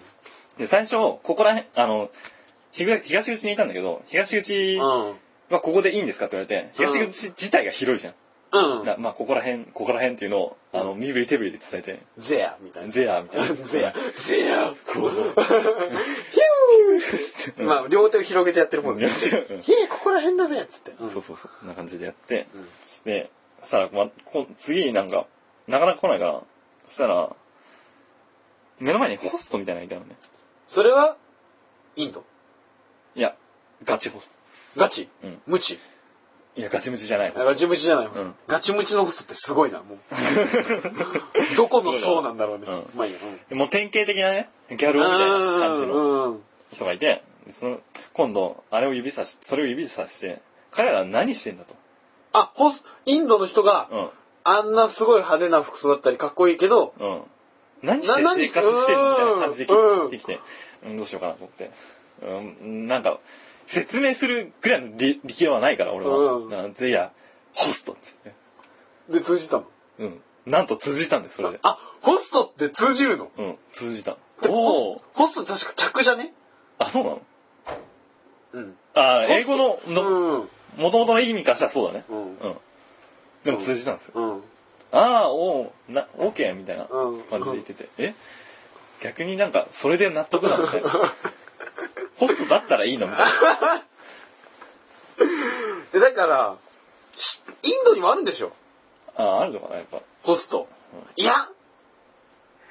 S2: で、最初、ここら辺、あの、ひぐ東口にいたんだけど、東口は
S1: うん。
S2: ここでいいんですかって言われて、
S1: うん
S2: 東口自体が広いじゃん。
S1: うん。
S2: なまあ、ここら辺、ここら辺っていうのを、あの、身振り手振りで伝えて、
S1: ゼア、みたいな。
S2: ゼアみた いな。
S1: ゼア。ゼア。
S2: こう。
S1: まあ、両手を広げてやってるもんですね。
S2: うん
S1: ひえ、ここら辺だぜ、つって。うん
S2: そうそうそう。こんな感じでやって、して、そしたら、ま、こ次なんか、なかなか来ないから、そしたら、目の前にホストみたいなのがいたのね。
S1: それは、インド。
S2: いや、ガチホス
S1: ガチ
S2: うん。
S1: ムチ。
S2: ト。いや、ガチムチじゃないホ
S1: ガ
S2: スト。
S1: チムチじゃない、
S2: ん
S1: ガチムチのホストってすごいな、 もう。どこの層なんだろうね。
S2: う
S1: まあいいや。うん
S2: もう典型的なね、ギャル男みたいな感じの。
S1: うん。
S2: 人がいて、その、今度、あれを指さし、それを指さして、彼らは何してんだと。
S1: あ、ホス、インドの人が、
S2: うん。
S1: あんなすごい派手な服装だったり、かっこいいけど、
S2: うん。何して
S1: な何
S2: 生活してるのみたいな感じで
S1: うん
S2: 聞いてきて、うん、どうしようかなと思って。うん、なんか、説明するぐらいの力力量はないから、俺は。
S1: うん
S2: なんで、いや、ホストっつって。
S1: で通じたの。
S2: うん。なんと通じたんだよ、それで。
S1: あ、ホストって通じるの
S2: うん、通じた。
S1: でホ
S2: お
S1: ス
S2: ー
S1: ホスト確か客じゃね
S2: あ、そうなの
S1: うん。
S2: あー、英語の、
S1: う
S2: の、
S1: ん。
S2: 元々の意味からしたらそうだね。
S1: うん
S2: うん。でも通じたんですよ。
S1: うん。
S2: ああ、おう、な、オーケーみたいな
S1: うん
S2: 感じで言ってて、え逆になんか、それで納得なのみ たいな。ホストだったらいいのみたい
S1: で、だから、しインドにもあるんでしょ
S2: な。ああ、あるのかな、やっぱ。
S1: ホスト。いや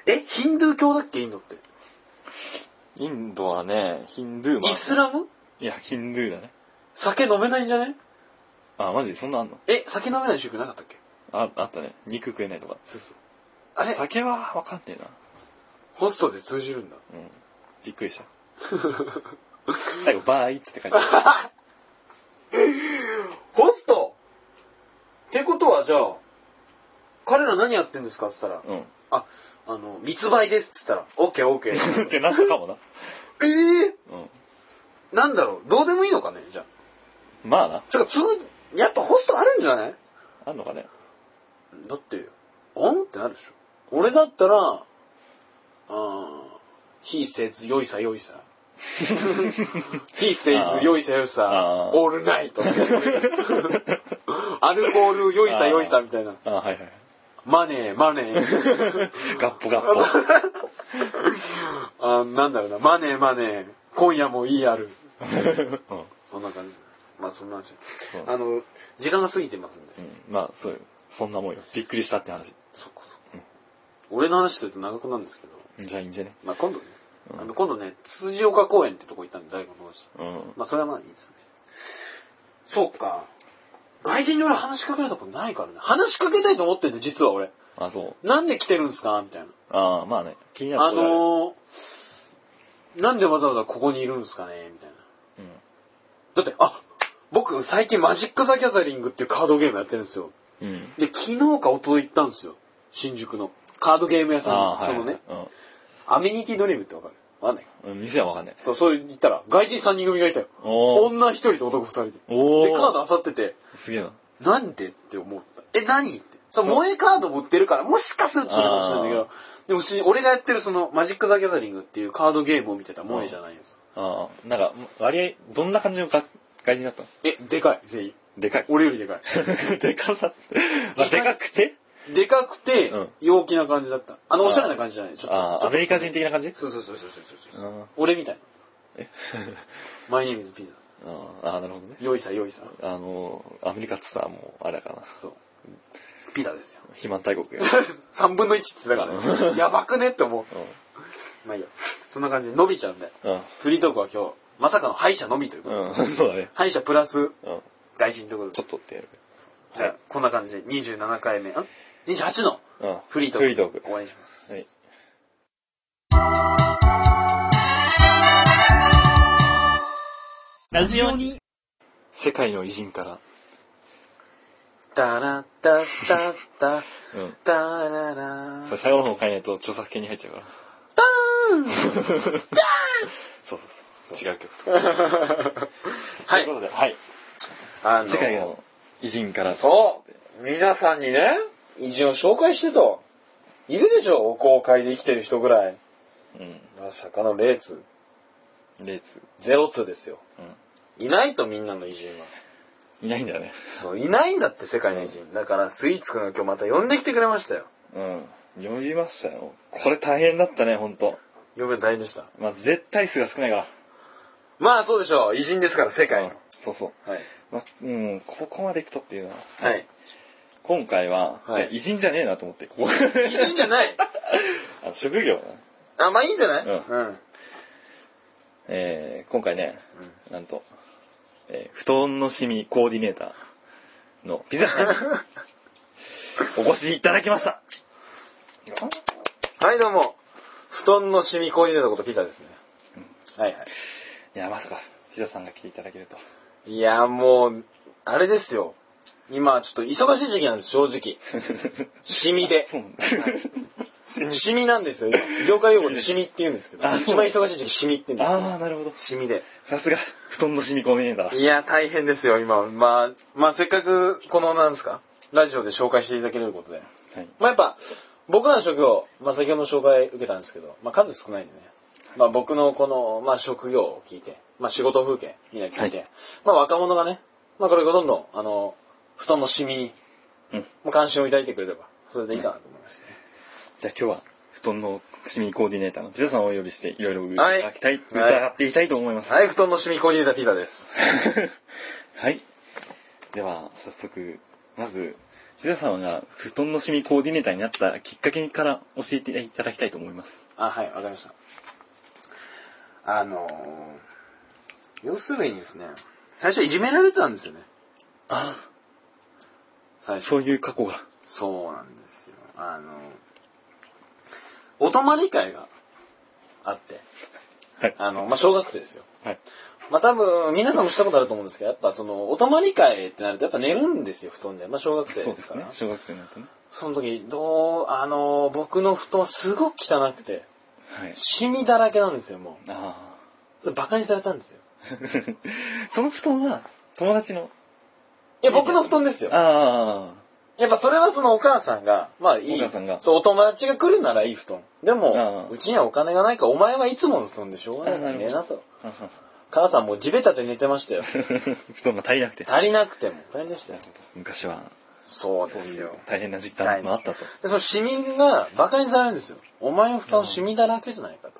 S1: え、ヒンドゥー教だっけインドって。
S2: インドはね、ヒンドゥーマ
S1: イスラム
S2: いや、ヒンドゥーだね。
S1: 酒飲めないんじゃね
S2: あ、マジそんなあんの
S1: え、酒飲めない宗教なかったっけ
S2: あ、あったね。肉食えないとか。
S1: そうそう。あれ
S2: 酒はわかんねえな。
S1: ホストで通じるんだ。
S2: うん。びっくり した。最後、バーイっつって書いてある。
S1: ホストってことはじゃあ、彼ら何やってんですかって言ったら、
S2: うん。
S1: あ、あの、密売ですって言ったら、オッケーオッケー。
S2: ってなったかもな。
S1: ええ
S2: うん。
S1: なんだろうどうでもいいのかねじゃあ。
S2: まあな。
S1: ちょっと、つぐ、やっぱホストあるんじゃない
S2: あんのかね。
S1: だって、あんってなるでしょ。俺だったら、あー、he says よいさよい さ。he
S2: あ
S1: says
S2: ー
S1: よいさよい
S2: あ
S1: さ、
S2: ー
S1: オールナイ ト。アルコールよいさよいさみたいな。
S2: あ、はいはい。
S1: マネー、マネー。
S2: ガッポ ガッポ。
S1: あーなんだろうな、マネー、マネー。今夜もいいある。
S2: うん。うん
S1: そんな感じ。まあそんな話
S2: そう。
S1: あの、時間が過ぎてますんで。
S2: まあ、そうよ。そんなもんよ。びっくりしたって話。
S1: そっかそっか。俺の話すると長くなるんですけど、
S2: じゃあいいんじゃね。
S1: まあ今度ね、あの今度ね、辻岡公園ってとこ行ったんで、大学の話。
S2: うん。
S1: まあそれはまあいいです。そうか。外人に俺話しかけるとこないからね。話しかけたいと思ってんだよ、実は俺。
S2: あ、そう。
S1: なんで来てるんすかみたいな。
S2: ああ、まあね。気になる
S1: あ
S2: とこだよね
S1: のー、なんでわざわざここにいるんですかねみたいな。
S2: うん
S1: だって、あ僕最近マジック・ザ・ギャザリングっていうカードゲームやってるんですよ。
S2: うん。
S1: で、昨日か一昨日行ったんですよ。新宿の。カードゲーム屋さん
S2: あ
S1: の、
S2: あ、は
S1: そ
S2: い。
S1: のね、
S2: うん。
S1: アメニティドリームってわかるわかんないか。
S2: うん店はわかんない。
S1: そう、そう言ったら、外人3人組がいたよ。
S2: おー
S1: 女1人と男2人で。
S2: おー
S1: で、カード漁ってて、
S2: すげえな。
S1: なんでって思った。え、何って。そう、萌えカード持ってるから、もしかするとそれかもしれないんだけど、でもし、俺がやってるその、マジック・ザ・ギャザリングっていうカードゲームを見てたら萌えじゃないんです。
S2: ああ、なんか、割合、どんな感じのが外人だったの
S1: え、でかい、全員。
S2: でかい。
S1: 俺よりでか
S2: でかさ。まあ、でかくて
S1: い。でかくて
S2: うん、
S1: 陽気な感じだった。あの、おしゃれな感じじゃない。ちょっと。
S2: ああ、アメリカ人的な感じ
S1: そうそうそうそうそうそうそう
S2: あー
S1: 俺みたいな。マイネームズ・ピザ。
S2: ああ、なるほどね。
S1: よいさ、よいさ。
S2: あの、アメリカってさ、もう、あれだからな。
S1: そう。ピザですよ。
S2: 肥満大国よ。
S1: 3分の1って言ってたからね。やばくねって思う。まあいいよ。そんな感じで伸びちゃうんで。
S2: うん。
S1: フリートークは今日、まさかの敗者のみということで。
S2: うん。うん。そうだね。
S1: 敗者プラス
S2: うん。
S1: 外人ということで。
S2: ちょっとってやる。
S1: じゃあ、こんな感じで27回目、ん ?28 の
S2: うん
S1: フリートーク。
S2: フリートーク
S1: 終わりにします。
S2: はい。ラジオに世界の偉人から。
S1: ダラッダッダッダッ
S2: うん。
S1: ダララ
S2: それ最後の方変えないと著作権に入っちゃうから。そうそうそう。違う曲と。
S1: は
S2: というこ
S1: い。
S2: とで、はい。
S1: あの
S2: 世界の偉人から。
S1: そう皆さんにね、偉人を紹介してと。いるでしょお公開で生きてる人ぐらい。
S2: うん。
S1: まさかのレーツ。
S2: レーツ。
S1: ゼロツーですよ。いないとみんなの偉人は。
S2: うん。いないんだよね。
S1: そう、いないんだって世界の偉人。だから、スイーツくんが今日また呼んできてくれましたよ。
S2: うん。読みましたよ。これ大変だったね、ほんと。
S1: 呼ぶの大変でした。
S2: まあ、絶対数が少ないから。
S1: まあ、そうでしょう。偉人ですから、世界の。
S2: そうそう。
S1: はい。
S2: まあ、うん、ここまでいくとっていうのは。
S1: はい。
S2: 今回は、
S1: はい
S2: いや偉人じゃねえなと思って、ここ
S1: 偉人じゃない
S2: あの職業な
S1: あ、まあいいんじゃない
S2: うん
S1: うん。
S2: えー今回ね、なんと、えー布団のシミコーディネーターの ピザさんにお越しいただきました
S1: はい、どうも。布団の染みコーディネートことピザですね。はいはい
S2: や、まさか、ピザさんが来ていただけ ると。
S1: い。いや、もう、あれですよ。今、ちょっと忙しい時期なんです、正直。シミで。
S2: そうなんで す。
S1: シミなんですよ。今業界用語でシミって言うんですけど。
S2: あ
S1: 一
S2: そう
S1: 番忙しい時期、シミって言うんですよ。
S2: ああ、なるほど。
S1: シミで。
S2: さすが、布団のシミコーディネーター。
S1: いや、大変ですよ、今。まあ、まあ、せっかく、この、なんですか、ラジオで紹介していただけることで。
S2: はい。
S1: まあ、やっぱ、僕らの職業、まあ、先ほどの紹介受けたんですけど、まあ、数少ないんでね。まあ、僕のこの、まあ、職業を聞いて、まあ、仕事風景、みんな聞いて、
S2: は
S1: まあ、若者がね、まあ、これがどんどん、あの、布団のシミに、
S2: うん
S1: まあ、関心を抱いてくれれば、それでいいかなと思いました、ね。
S2: じゃあ今日は、布団のシミコーディネーターのピザさんをお呼びして、いろいろ伺
S1: はい
S2: いただきたい、
S1: はい
S2: 伺っていきたいと思います。
S1: はい、布団のシミコーディネーターピザです。
S2: はい。では、早速、まず、シザ様が布団のシミコーディネーターになったきっかけから教えていただきたいと思います。
S1: あ、はい、わかりました。あのー要するにですね、最初いじめられてたんですよね。最初。
S2: そういう過去が。
S1: そうなんですよ。あのーお泊まり会があって、
S2: はい。
S1: あの、まあ、小学生ですよ。
S2: はい。
S1: まあ、多分、皆さんもしたことあると思うんですけど、やっぱその、お泊まり会ってなると、やっぱ寝るんですよ、布団で。まあ、小学生
S2: そう
S1: で
S2: ですす
S1: から。
S2: ね。小学生になるとね。
S1: その時、どう、あのー僕の布団すごく汚くて、
S2: はい。
S1: シミだらけなんですよ、もう。
S2: あ
S1: それバカにされたんですよ。
S2: あ。 その布団は、友達の。
S1: いや、僕の布団ですよ。
S2: あ
S1: やっぱそれはそのお母さんが、まあいい。
S2: お母さんが
S1: そう、お友達が来るならいい布団。でも
S2: あ、あ
S1: うちにはお金がないから、お前はいつもの布団でしょうがないか
S2: あ
S1: ら
S2: あなるほ
S1: 寝
S2: ど
S1: なそう。
S2: あ。
S1: 母さんもう地べたで寝てましたよ。
S2: 布団が足りなくて。
S1: 足りなくても。大変でしたよ。
S2: 昔は、
S1: そうで
S2: そう
S1: す
S2: いう
S1: よ。
S2: 大変な時間もあったと。
S1: で、その市民が馬鹿にされるんですよ。お前の布団シミだらけじゃないかと。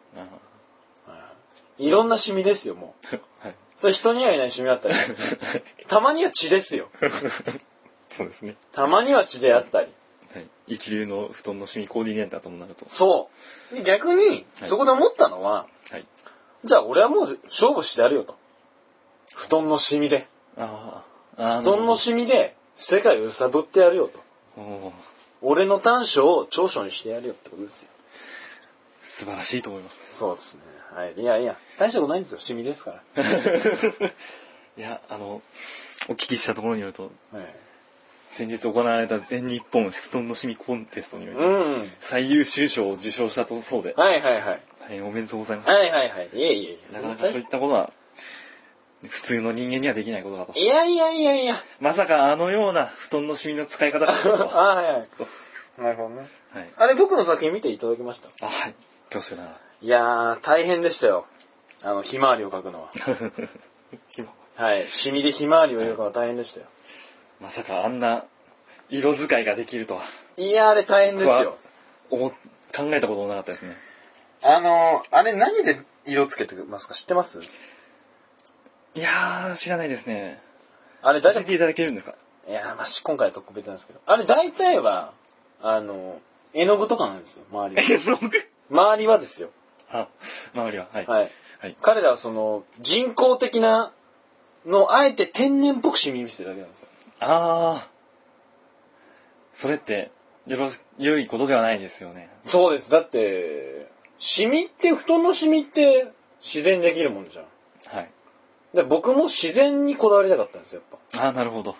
S2: あ
S1: いろんなシミですよ、もう。
S2: あはい。
S1: それ人にはいないシミだったり。 たまには血ですよ。
S2: そうですね。
S1: たまには血であったり。
S2: はい。一流の布団の趣味コーディネーターともなると。
S1: そう。で逆に、
S2: はい
S1: そこで思ったのは、
S2: はい。
S1: じゃあ俺はもう勝負してやるよと。布団のシミで。
S2: ああ。
S1: 布団のシミで世界を揺さぶってやるよと。
S2: おー
S1: 俺の短所を長所にしてやるよってことですよ。
S2: 素晴らしいと思います。
S1: そうですね。はい。いやいや、大したことないんですよ。シミですから。
S2: いや、あの、お聞きしたところによると、
S1: はい、
S2: 先日行われた全日本布団の趣味コンテストにおいうて、
S1: ん。はい
S2: 最優秀賞を受賞したとそうで、
S1: はいはい。
S2: 大変おめでとうございます。
S1: はいはいはい。いやいやいや。
S2: なかなかそういったことは、普通の人間にはできないことだと。
S1: いやいやいやいや。
S2: まさかあのような布団のシミの使い方が あると
S1: あ
S2: は。
S1: はいはい。なるほどね。
S2: はい。
S1: あれ僕の作品見ていただきました
S2: あ、はい。恐縮だな。
S1: いやー、大変でしたよ。あの、ひまわりを描くのは。 はい。シミでひまわりを描くのは大変でしたよ。
S2: まさかあんな色使いができるとは、
S1: いやー、あれ大変です
S2: 僕は
S1: よ。
S2: 思っ考えたこともなかったですね。
S1: あのー、あれ何で色つけてますか知ってます
S2: いやー、知らないですね。
S1: あれ
S2: 教
S1: 大
S2: え
S1: 体、
S2: ていただけるんですか
S1: いやー、まあ、し今回は特別なんですけど。あれ大体は、あのー、絵の具とかなんですよ、周り は。
S2: 僕
S1: 周りはですよ。
S2: あ、周りは、はい。
S1: はい。
S2: はい。
S1: 彼らはその、人工的なのをあえて天然っぽくシミに見せてるだけなんですよ。
S2: あー。それって、よろし、良いことではないですよね。
S1: そうです。だって、シミって、布団のシミって自然にできるもんじゃん。
S2: はい。
S1: で僕も自然にこだわりたかったんですよ、やっ
S2: あー、なるほど。
S1: ぱ。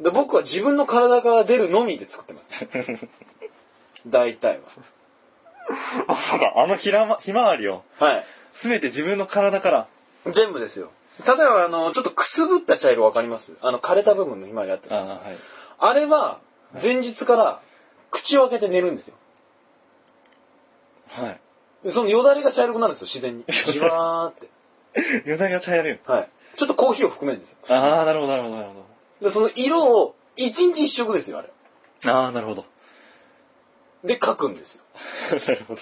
S1: で僕は自分の体から出るのみで作って ます。大体
S2: まさか、あのひらま、ひまわりを、
S1: は。はい。
S2: すべて自分の体から、
S1: 全部ですよ。例えば、あの、ちょっとくすぶった茶色わかりますあの、枯れた部分のひまわりあったじゃ
S2: あ
S1: ないですか
S2: ー、はい。
S1: あれは、前日から、口を開けて寝るんですよ。
S2: はい。
S1: でそのよだれが茶色くなるんですよ、自 然に。じわーって。
S2: よだれが茶色い。
S1: はい。ちょっとコーヒーを含めるんですよ。
S2: あー、なるほど、なるほど、なるほ
S1: で、その色を、一日一色ですよ、あれ。
S2: ど。あー、なるほど。
S1: で、書くんですよ。
S2: なるほど。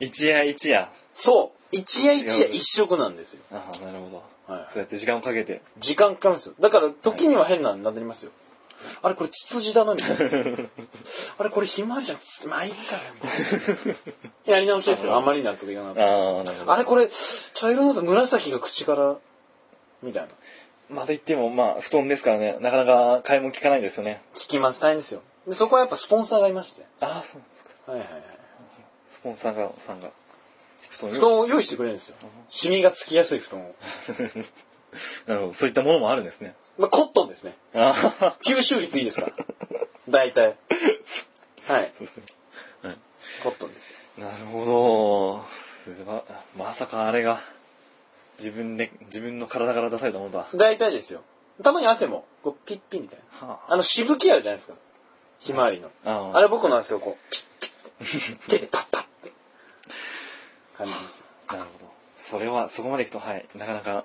S2: 一夜一夜。
S1: そう。一夜一夜
S2: 違う
S1: 一色なんですよ。
S2: ああ、なるほど。
S1: はい
S2: そうやって時間をかけて。
S1: 時間かかるんですよ。だから、時には変なのになりますよ。あれ、これ、ツツジだな、みた いな。あれ、これ、ひまわりじゃん。まあ、いいかよ、みたいな。やり直しですよ。あんまりになるといかな
S2: ああ、なるほど。
S1: あれ、これ、茶色なんです紫が口から、みたいな。
S2: まだ言っても、まあ、布団ですからね、なかなか買いも聞かないですよね。
S1: 聞きます。大変ですよ。で、そこはやっぱスポンサーがいまして。
S2: ああ、そうなんですか。
S1: はいはいはい。
S2: スポンサーが、さんが。布団
S1: 布団を用意してくれるんですよ。シミがつきやすい布団を。
S2: なるほど。そういったものもあるんですね。
S1: まあ、コットンですね。
S2: ああ、そ
S1: 吸収率いいですから。大 体。はい。
S2: うですね。はい。
S1: コットンですよ。
S2: なるほど。すば、まさかあれが、自分で、自分の体から出されたものだ。
S1: 大体ですよ。たまに汗も、こう、ピッピみたいな。
S2: はあ
S1: あの、しぶきあるじゃないですか。ひまわりの。
S2: あ
S1: あ
S2: あ
S1: れ僕の汗をこう、ピッピッ。手でパッパッって。感じです。
S2: なるほど。それは、そこまでいくと、はい、なかなか、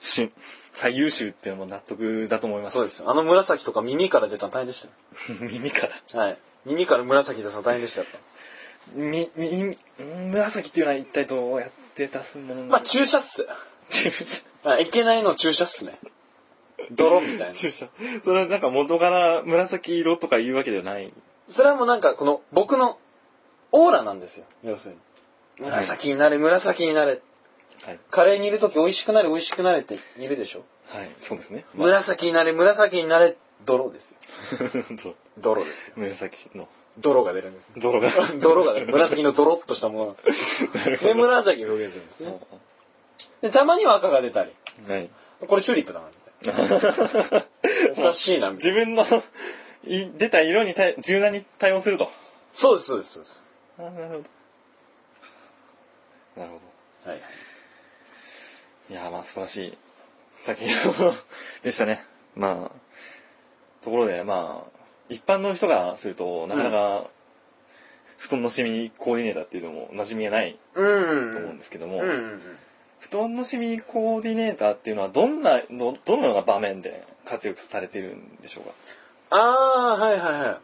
S2: し最優秀っていうのも納得だと思います。
S1: そうですよ。あの紫とか耳から出たの大変でし
S2: す。 耳から。
S1: たよ。はい。耳から紫出たの大変でしたよ。
S2: み、み、ん紫っていうのは一体どうやって出すもの
S1: ま
S2: な
S1: あ、注射っす。
S2: 注射。
S1: あいけないの注射っすね。泥みたいな。
S2: 注射。それはなんか元から紫色とかいうわけではない。
S1: それはもうなんか、この、僕の、オーラなんですよ。要するに。紫になれ、紫になれ。
S2: はい。
S1: カレー煮るとき美味しくなれ、美味しくなれって煮るでしょ。
S2: はい。そうですね。まあ、
S1: 紫になれ、紫になれ、泥ですよ。
S2: そう
S1: 泥ですよ。
S2: 紫の
S1: 泥が出るんです。
S2: 泥が。
S1: 泥が出る。紫のドロッとしたものなんです。で、紫を表現するんですね。で、たまには赤が出たり。
S2: はい。
S1: これチューリップだな、み たいな。おかしいな、みたいな。
S2: 自分のい出た色に対柔軟に対応すると。
S1: そうです、そうです、そうです。
S2: あなるほど。なるほ
S1: はい。
S2: ど。いやーまあ素晴らしい作品でしたね。まあ、ところでまあ、一般の人がすると、なかなか、布団のシミコーディネーターっていうのも馴染みがない
S1: うん。
S2: と思うんですけど
S1: う
S2: も、
S1: んうんうん。
S2: 布団のシミコーディネーターっていうのはどんなのどのような場面で活躍されているんでしょうか
S1: ああ、はいはいはい。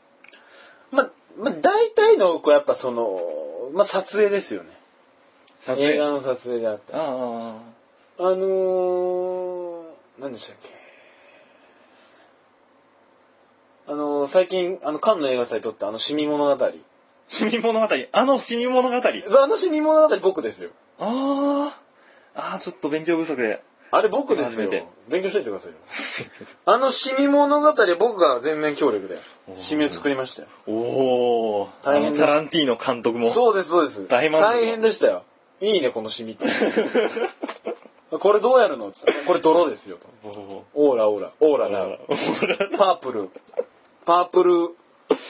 S1: ま、ま、大体の、こうやっぱその、ま、撮影ですよね。
S2: 撮影
S1: 映画の撮影であった。あ
S2: ああ
S1: のー、何でしたっけ。あのー、最近、あの、カンの映画祭撮ったあの、シミ物語。
S2: シミ物語あのシミ物語あ
S1: あのシミ物語僕ですよ。
S2: あああちょっと勉強不足で
S1: あれ僕ですよ
S2: 初めて。
S1: 勉強しといてくだ さいよ。あのシミ物語僕が全面協力で
S2: お、ー
S1: シミを作りましたよ。
S2: おお
S1: 大変です
S2: タランティーノ監督も
S1: そうです、そうです。
S2: 大満足
S1: 変でしたよ。いいね、このシミっ て。これどうやるのって言ったらこれ泥ですよ。と
S2: おー
S1: オーラ、オーラ、オーラだ。 パープル、パープル、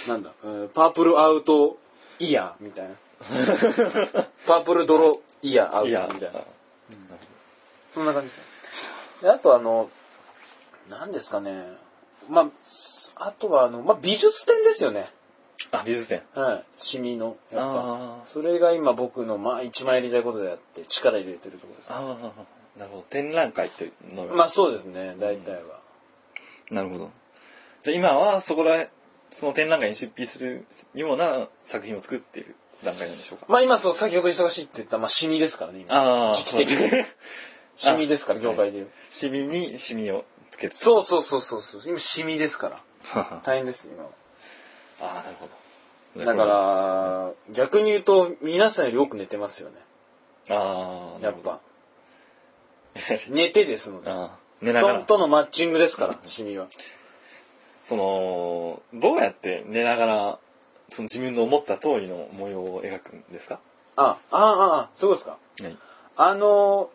S1: なんだ、えーパープルアウトイヤーみたいな。パープル泥イヤーアウ
S2: いや
S1: トみたいな。そんな感じですよであとあの、何ですかね。まあ、あとはあの、まあ、美術展ですよね。
S2: あ美術展
S1: はい。シミの、やっ
S2: あ
S1: ぱ。
S2: ー
S1: それが今僕の、まあ、一番やりたいことであって、力入れてるところです。
S2: ああなるほど展覧会っていうのが
S1: まあ、そうですね、大体は。
S2: なるほどじゃあ今はそこらその展覧会に出品するような作品を作っている段階なんでしょうか
S1: まあ、今、そう、先ほど忙しいって言った、まあ、シミですからね、今。
S2: ああ
S1: 時期的
S2: そうです
S1: に
S2: ね。
S1: シミですから、
S2: あ
S1: 業界でいう。
S2: シミにシミをつける
S1: そうそうそうそうそう。今、シミですから。
S2: あ
S1: 大変です、今は。
S2: あなるほど
S1: だから、逆に言うと、皆さんより多く寝てますよね。
S2: ああ
S1: やっ ぱ。寝てですので。
S2: ああ寝な
S1: 布
S2: が
S1: 団
S2: ら
S1: とのマッチングですから、シミは。
S2: そのどうやって寝ながらその自分の思った通りの模様を描くんですか
S1: あ、ああ、ああ、そうですか。
S2: はい
S1: あの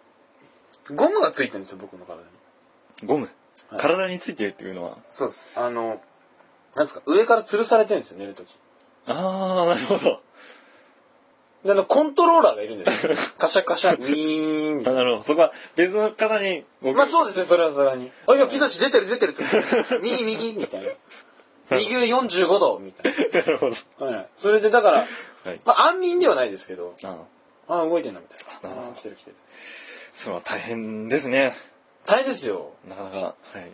S1: ー、ゴムがついてるんですよ、僕の体に。
S2: ゴム、
S1: はい
S2: 体についてるっていうのは
S1: そうです。あの、なんですか、上から吊るされてるんですよ、寝るとき。
S2: ああなるほど
S1: で、あの、コントローラーがいるん ですよ。カシャカシャ、ウィーンみた
S2: あ
S1: い
S2: なるほどそこは別の方に
S1: な。
S2: 僕
S1: まあそうですね、それはさらに。あ、今ピザシ出てる出てるっつって右右みた いな。右45度みたい
S2: なるほど
S1: な。はい。それで、だから、
S2: はい
S1: まあ安眠ではないですけど、
S2: ああ
S1: あ、動いてんなみたい
S2: なるほ
S1: な。
S2: ど
S1: あ、来てる来てる。
S2: それは大変ですね
S1: 大変ですよ。
S2: なかなかはい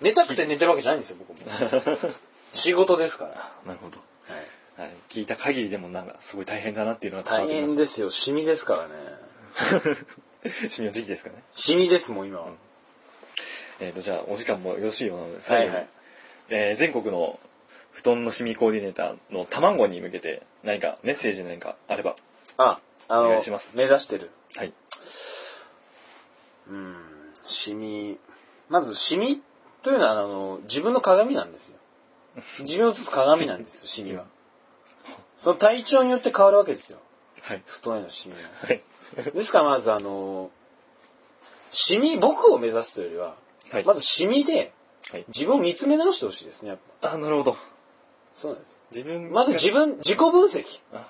S1: 寝たくて寝てるわけじゃないんですよ、僕も。 仕事ですから。
S2: なるほど、はい、聞いた限りでもなんかすごい大変だなっていうのは伝わっ
S1: 大
S2: てきま
S1: 変
S2: し
S1: ですよ、シミですからね。
S2: たシミの時期ですかね
S1: シミですもん、今は。
S2: えー、とじゃあお時間もよろしいようなので最後に、
S1: はいはい
S2: えー全国の布団のシミコーディネーターの卵に向けて何かメッセージ何かあれば
S1: あ、あの、
S2: お願いします
S1: 目指してる。
S2: はい
S1: うん、シミ。まず、シミというのは、あの、自分の鏡なんです よ。自分を映す鏡なんですよ、シミは。その体調によって変わるわけですよ。
S2: はい
S1: 太いのシミは。
S2: はい
S1: ですから、まず、あの、シミ、僕を目指すというよりは、
S2: はい
S1: まずシミで、
S2: はい
S1: 自分を見つめ直してほしいですね、やっぱ。
S2: あなるほど
S1: そうなんです。
S2: 自分
S1: まず自分、自己分析
S2: あ。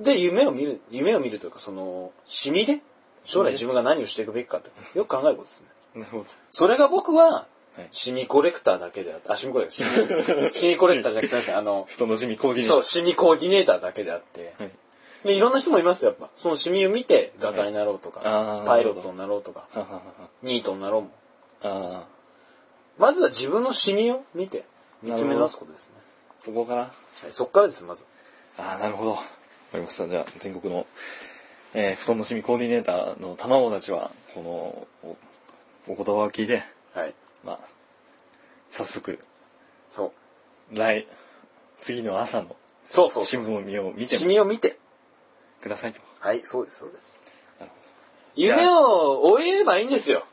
S1: で、夢を見る、夢を見るというか、その、シミで、将来自分が何をしていくべきかって、よく考えることですね。
S2: なるほど
S1: それが僕は
S2: はい、
S1: シミコレクターだけであって、あ、シミコレクター、シ ミシミコレクターじゃなくて、すいません、あの、
S2: 布団のシミコーディネーター
S1: そう、シミコーディネーターだけであって、
S2: はい
S1: でいろんな人もいますよ、やっぱ。そのシミを見て、画家になろうとか、
S2: あー
S1: パイロットになろうとか、
S2: ははは
S1: ニートになろうも。
S2: はああ
S1: まずは自分のシミを見て、見つめ直すことですね。
S2: そこから
S1: はいそっからです、まず。
S2: ああなるほどわかりましたじゃあ全国の、えー布団のシミコーディネーターの卵たちはこのおお言葉を聞いて
S1: はい。
S2: まあ早速
S1: そう。
S2: 来次の朝の
S1: そうそうそう。
S2: 新聞を見よう見て
S1: シ
S2: も
S1: ミを見て、
S2: くださいと。
S1: はい、そうです、そうです。
S2: なる
S1: 夢を追えばいいん ですよ。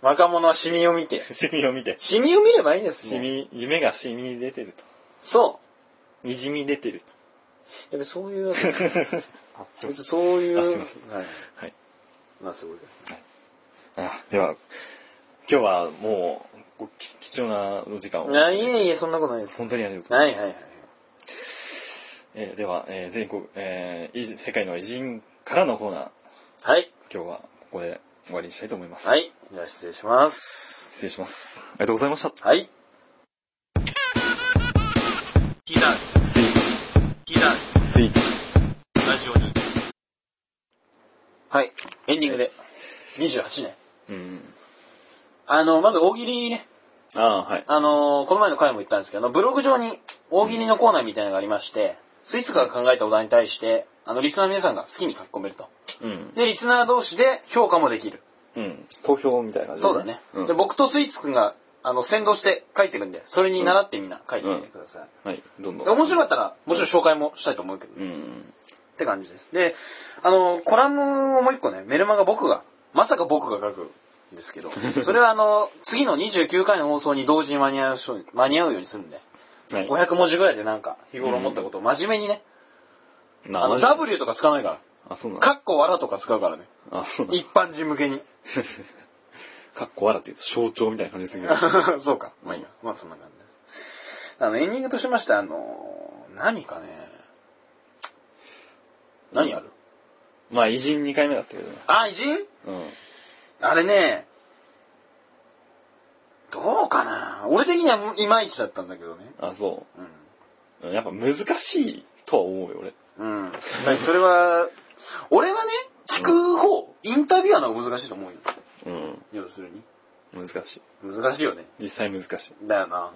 S1: 若者はシミを見て。
S2: シミを見て。
S1: シミを見ればいいんですも
S2: シ
S1: う
S2: ミ、夢がシミに出てる
S1: そ
S2: と。にじみ出てる
S1: う。やっぱそういうわけ、
S2: と。あ、そう
S1: 別にそういう。
S2: あすいませ
S1: はい。
S2: はい。
S1: まあ、そういうことですね。
S2: あ、では、今日はもう、ご貴貴重なお時間を。
S1: いや、いえいえ、そんなことないです。
S2: 本当にありがとうございます
S1: はいはいはい。
S2: えーでは、えー全国、えー偉人世界の偉人からのコーナー、
S1: はい。
S2: 今日はここで終わりにしたいと思います。
S1: はい。じゃあ失礼します。
S2: 失礼します。ありがとうございました。
S1: はい。
S3: ヒーダー、
S2: スイー
S3: ヒーダー、
S2: ツ、スイーツ。
S3: ラジオに。
S1: はい。エンディングで。28年。
S2: うん。
S1: あの、まず大喜利ね。
S2: ああ、はい。
S1: あのーこの前の回も言ったんですけど、ブログ上に大喜利のコーナーみたいなのがありまして、スイーツが考えたお題に対して、あの、リスナーの皆さんが好きに書き込めると。
S2: うん。
S1: で、リスナー同士で評価もできる。
S2: うん。投票みたいな感じ
S1: そうだね。
S2: うん
S1: で、僕とスイーツくんが、あの、先導して書いてるんで、それに習ってみんな書いてみてください。
S2: はい、どんど
S1: で
S2: ん。
S1: 面白かったら、もちろん紹介もしたいと思うけど、
S2: う
S1: っ
S2: ん。
S1: て感じです。で、あの、コラムをもう一個ね、メルマが僕が、まさか僕が書くんです けど、それはあの、次の29回の放送に同時に間に合うように間に合うようにするんで、
S2: はい。
S1: 500文字ぐらいでなんか、日頃思ったことを真面目にね、
S2: な
S1: あの、
S2: マジで
S1: W とか使わないか
S2: あ、そうな
S1: ら、
S2: んだ
S1: カッコわらとか使うからね、
S2: あ、そうなんだ
S1: 一般人向けに。
S2: かっこ笑って言うと象徴みたいな感じですけど。は
S1: そうか。まあいいや。まあそんな感じです。あの、エンディングとしまして、あのー何かね、何ある
S2: まあ、偉人2回目だったけどね。
S1: あ、偉人
S2: うん。
S1: あれね、どうかな俺的にはいまいちだったんだけどね。
S2: あ、そう。うん。やっぱ難しいとは思うよ、俺。
S1: うん。それは、俺はね、聞く方、インタビュアーの方が難しいと思うよ。
S2: う
S1: 要するに。
S2: ん。難しい。
S1: 難しいよね。
S2: 実際難しい。
S1: だよな。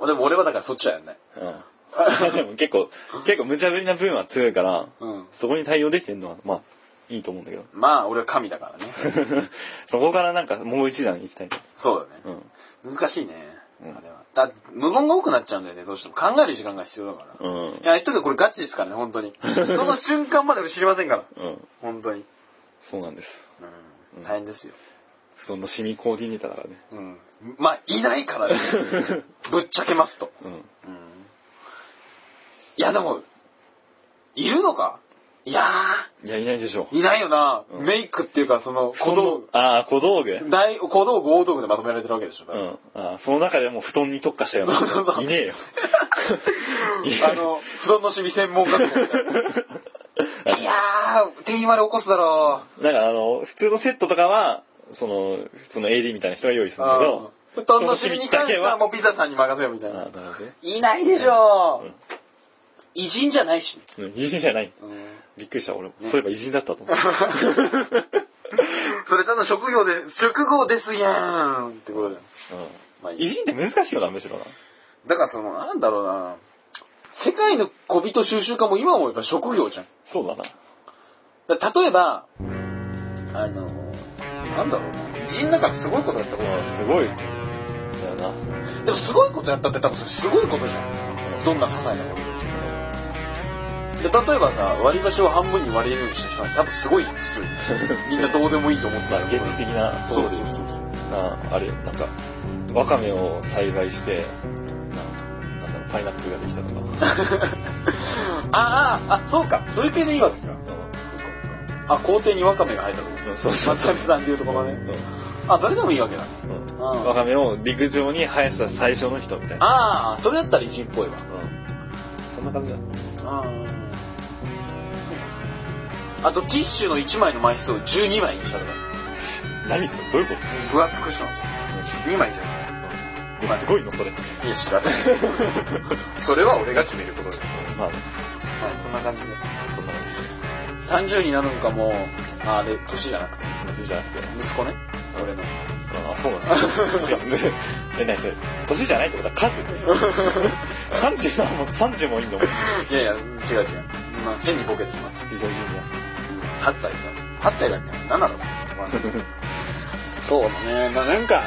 S2: う
S1: でも俺はだからそっちはやんない。
S2: うん。でも結構、結構無茶ぶりな分は強いから、
S1: うん
S2: そこに対応できてるのは、まあ、いいと思うんだけど。
S1: まあ俺は神だからね。
S2: そこからなんかもう一段行きたい。
S1: そうだ
S2: う
S1: ね。
S2: ん。
S1: 難しいね。
S2: うん
S1: あれは。だ無言が多くなっちゃうんだよね、どうしても。考える時間が必要だから。
S2: うん
S1: いや、言っとくけどこれガチですからね、本 当に。その瞬間まで俺知りませんから。
S2: うん。
S1: 本当に。
S2: そうなんです。
S1: うん。大変ですよ。
S2: 布団のシミコーディネーターだからね。
S1: うん。まあ、いない からね。ぶっちゃけますと。
S2: うん。
S1: いや、でも、いるのかいや
S2: いや、いないでしょ
S1: ー、いないよな。メイクっていうか、その、
S2: う。
S1: 小道具、
S2: ああ、小道具。うん。
S1: 大、小道具、大道具でまとめられてるわけでしょ。多分
S2: あーその中でもう布団に特化したような。
S1: そうそうそう
S2: いねえよ。
S1: あの、布団の守備専門学校みたい な。いやー、店員割れ起こすだろ
S2: なんかあの、普通のセットとかは、その、その AD みたいな人が用意す
S1: う。
S2: るんだけど、
S1: 布団の守備に関しては
S2: 布団の
S1: もうピザさんに任せようみたい
S2: シミだ
S1: な
S2: け。はあー、なるほどね。
S1: いないでしょう。偉人じゃないし。
S2: うん偉人じゃない。びっくりした、俺も。そういえば偉人だったと思う。
S1: それただ職業で、職業ですやんってことだよ。
S2: うん
S1: まあいい
S2: 偉人って難しいよな、むしろな。
S1: だからその、なんだろうな。世界の小人収集家も今思えば職業じゃん。
S2: そうだな。
S1: だから例えば、あの、なんだろうな。偉人だからすごいことやった方が
S2: うんすごい。だよな。
S1: でもすごいことやったって多分それすごいことじゃん。どんな些細なことでも。で例えばさ、割り箸を半分に割れるようにした人は多分すごいじゃん、普通に。みんなどうでもいいと思って
S2: ま
S1: る
S2: あ、現実的な
S1: そう
S2: とこ
S1: そう
S2: ろで言
S1: そうそう。
S2: なあれなんかわかめを栽培してななんだろうパイナップルができたとか
S1: ああ、あ、そうか。 それ系でいいわけか。あ、校庭にワカメが生えたとこ。
S2: うんそうそう
S1: まさみさんっていうところね。あ、それでもいいわけだ。
S2: うん
S1: あ
S2: わかめを陸上に生やした最初の人みたいな
S1: あー、それだったら偉人っぽいわ。
S2: うんそんな感じだ
S1: ああ。そうかそうか。あと、ティッシュの1枚の枚数を12枚にしたとか。
S2: 何それどういうこ
S1: 分厚くしたのか。2枚じゃない。
S2: とえすごいのそれ
S1: いや、知 らない。それは俺が決めることだよ。
S2: まあね
S1: はい、そんな感じで。
S2: そんな
S1: 30になるんかもう、あれ、年じゃなくて、
S2: 感じじゃなくて
S1: 息子ね。俺の。
S2: ああそうなの違 うえ何それ年じゃないってことは数 30何も30もいいの
S1: いやいや、違う違う。まあ、変にボケてしまった。
S2: ピザジュニ
S1: 8体だ。8体だっけ ?7 だったんですか、まあ、そうだね。まあ、なんか、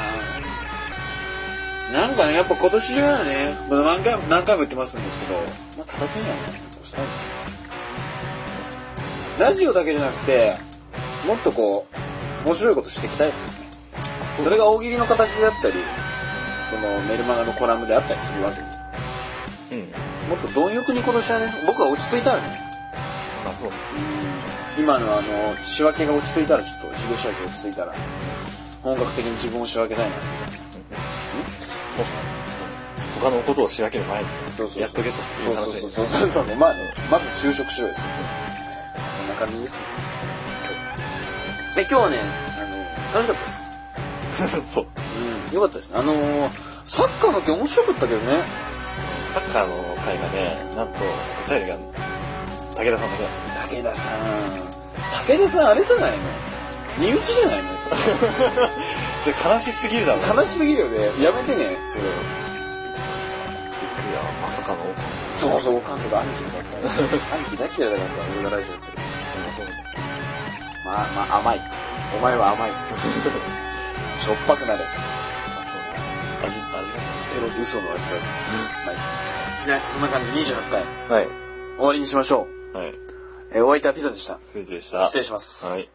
S1: なんかね、やっぱ今年中だね。まあ、何回も、何回も言ってますんですけど、まあ、形にはね、こうしたい。ラジオだけじゃなくて、もっとこう、面白いことしていきたいですね。それが大喜利の形であったり、そのメルマガのコラムであったりするわけで。
S2: うん。
S1: もっと貪欲に今年はね、僕は落ち着いたらね、
S2: まあそう。
S1: 今のあの、仕分けが落ち着いたら、ちょっと自動仕分けが落ち着いたら、本格的に自分を仕分けたいな。
S2: 確かに。他のことを仕分ける前に。
S1: そうそうそう
S2: やっとけと
S1: そうそうそうそうそうそう。まあね、まず就職しろよ。そんな感じですね。で、今日はね、あの、楽しかったです。
S2: そう。
S1: うん、よかったですね。あのー、サッカーの件面白かったけどね。
S2: サッカーの会がね、なんと、お便りが、武田さんだけ
S1: 武
S2: だっ
S1: 田さん。武田さんあれじゃないの身内じゃないの
S2: た。それ悲しすぎるだろ。
S1: 悲しすぎるよね。やめてね。
S2: それを。びっくりだわ。まさかの王冠。
S1: そうそう、監督、兄貴だったら。 兄貴だけだからさ、俺がラジオやってる。
S2: うんそうなんだ
S1: まあまあ、甘い。お前は甘い。 しょっぱくなれっつって。
S2: あそうなんだ味、味
S1: ペロで嘘の味だ。はい。じゃあ、そんな感じで28回。
S2: が。はい。
S1: 終わりにしましょ
S2: はい。
S1: う。えー、お相手はピザでした。
S2: クイズでした。
S1: 失礼します
S2: はい。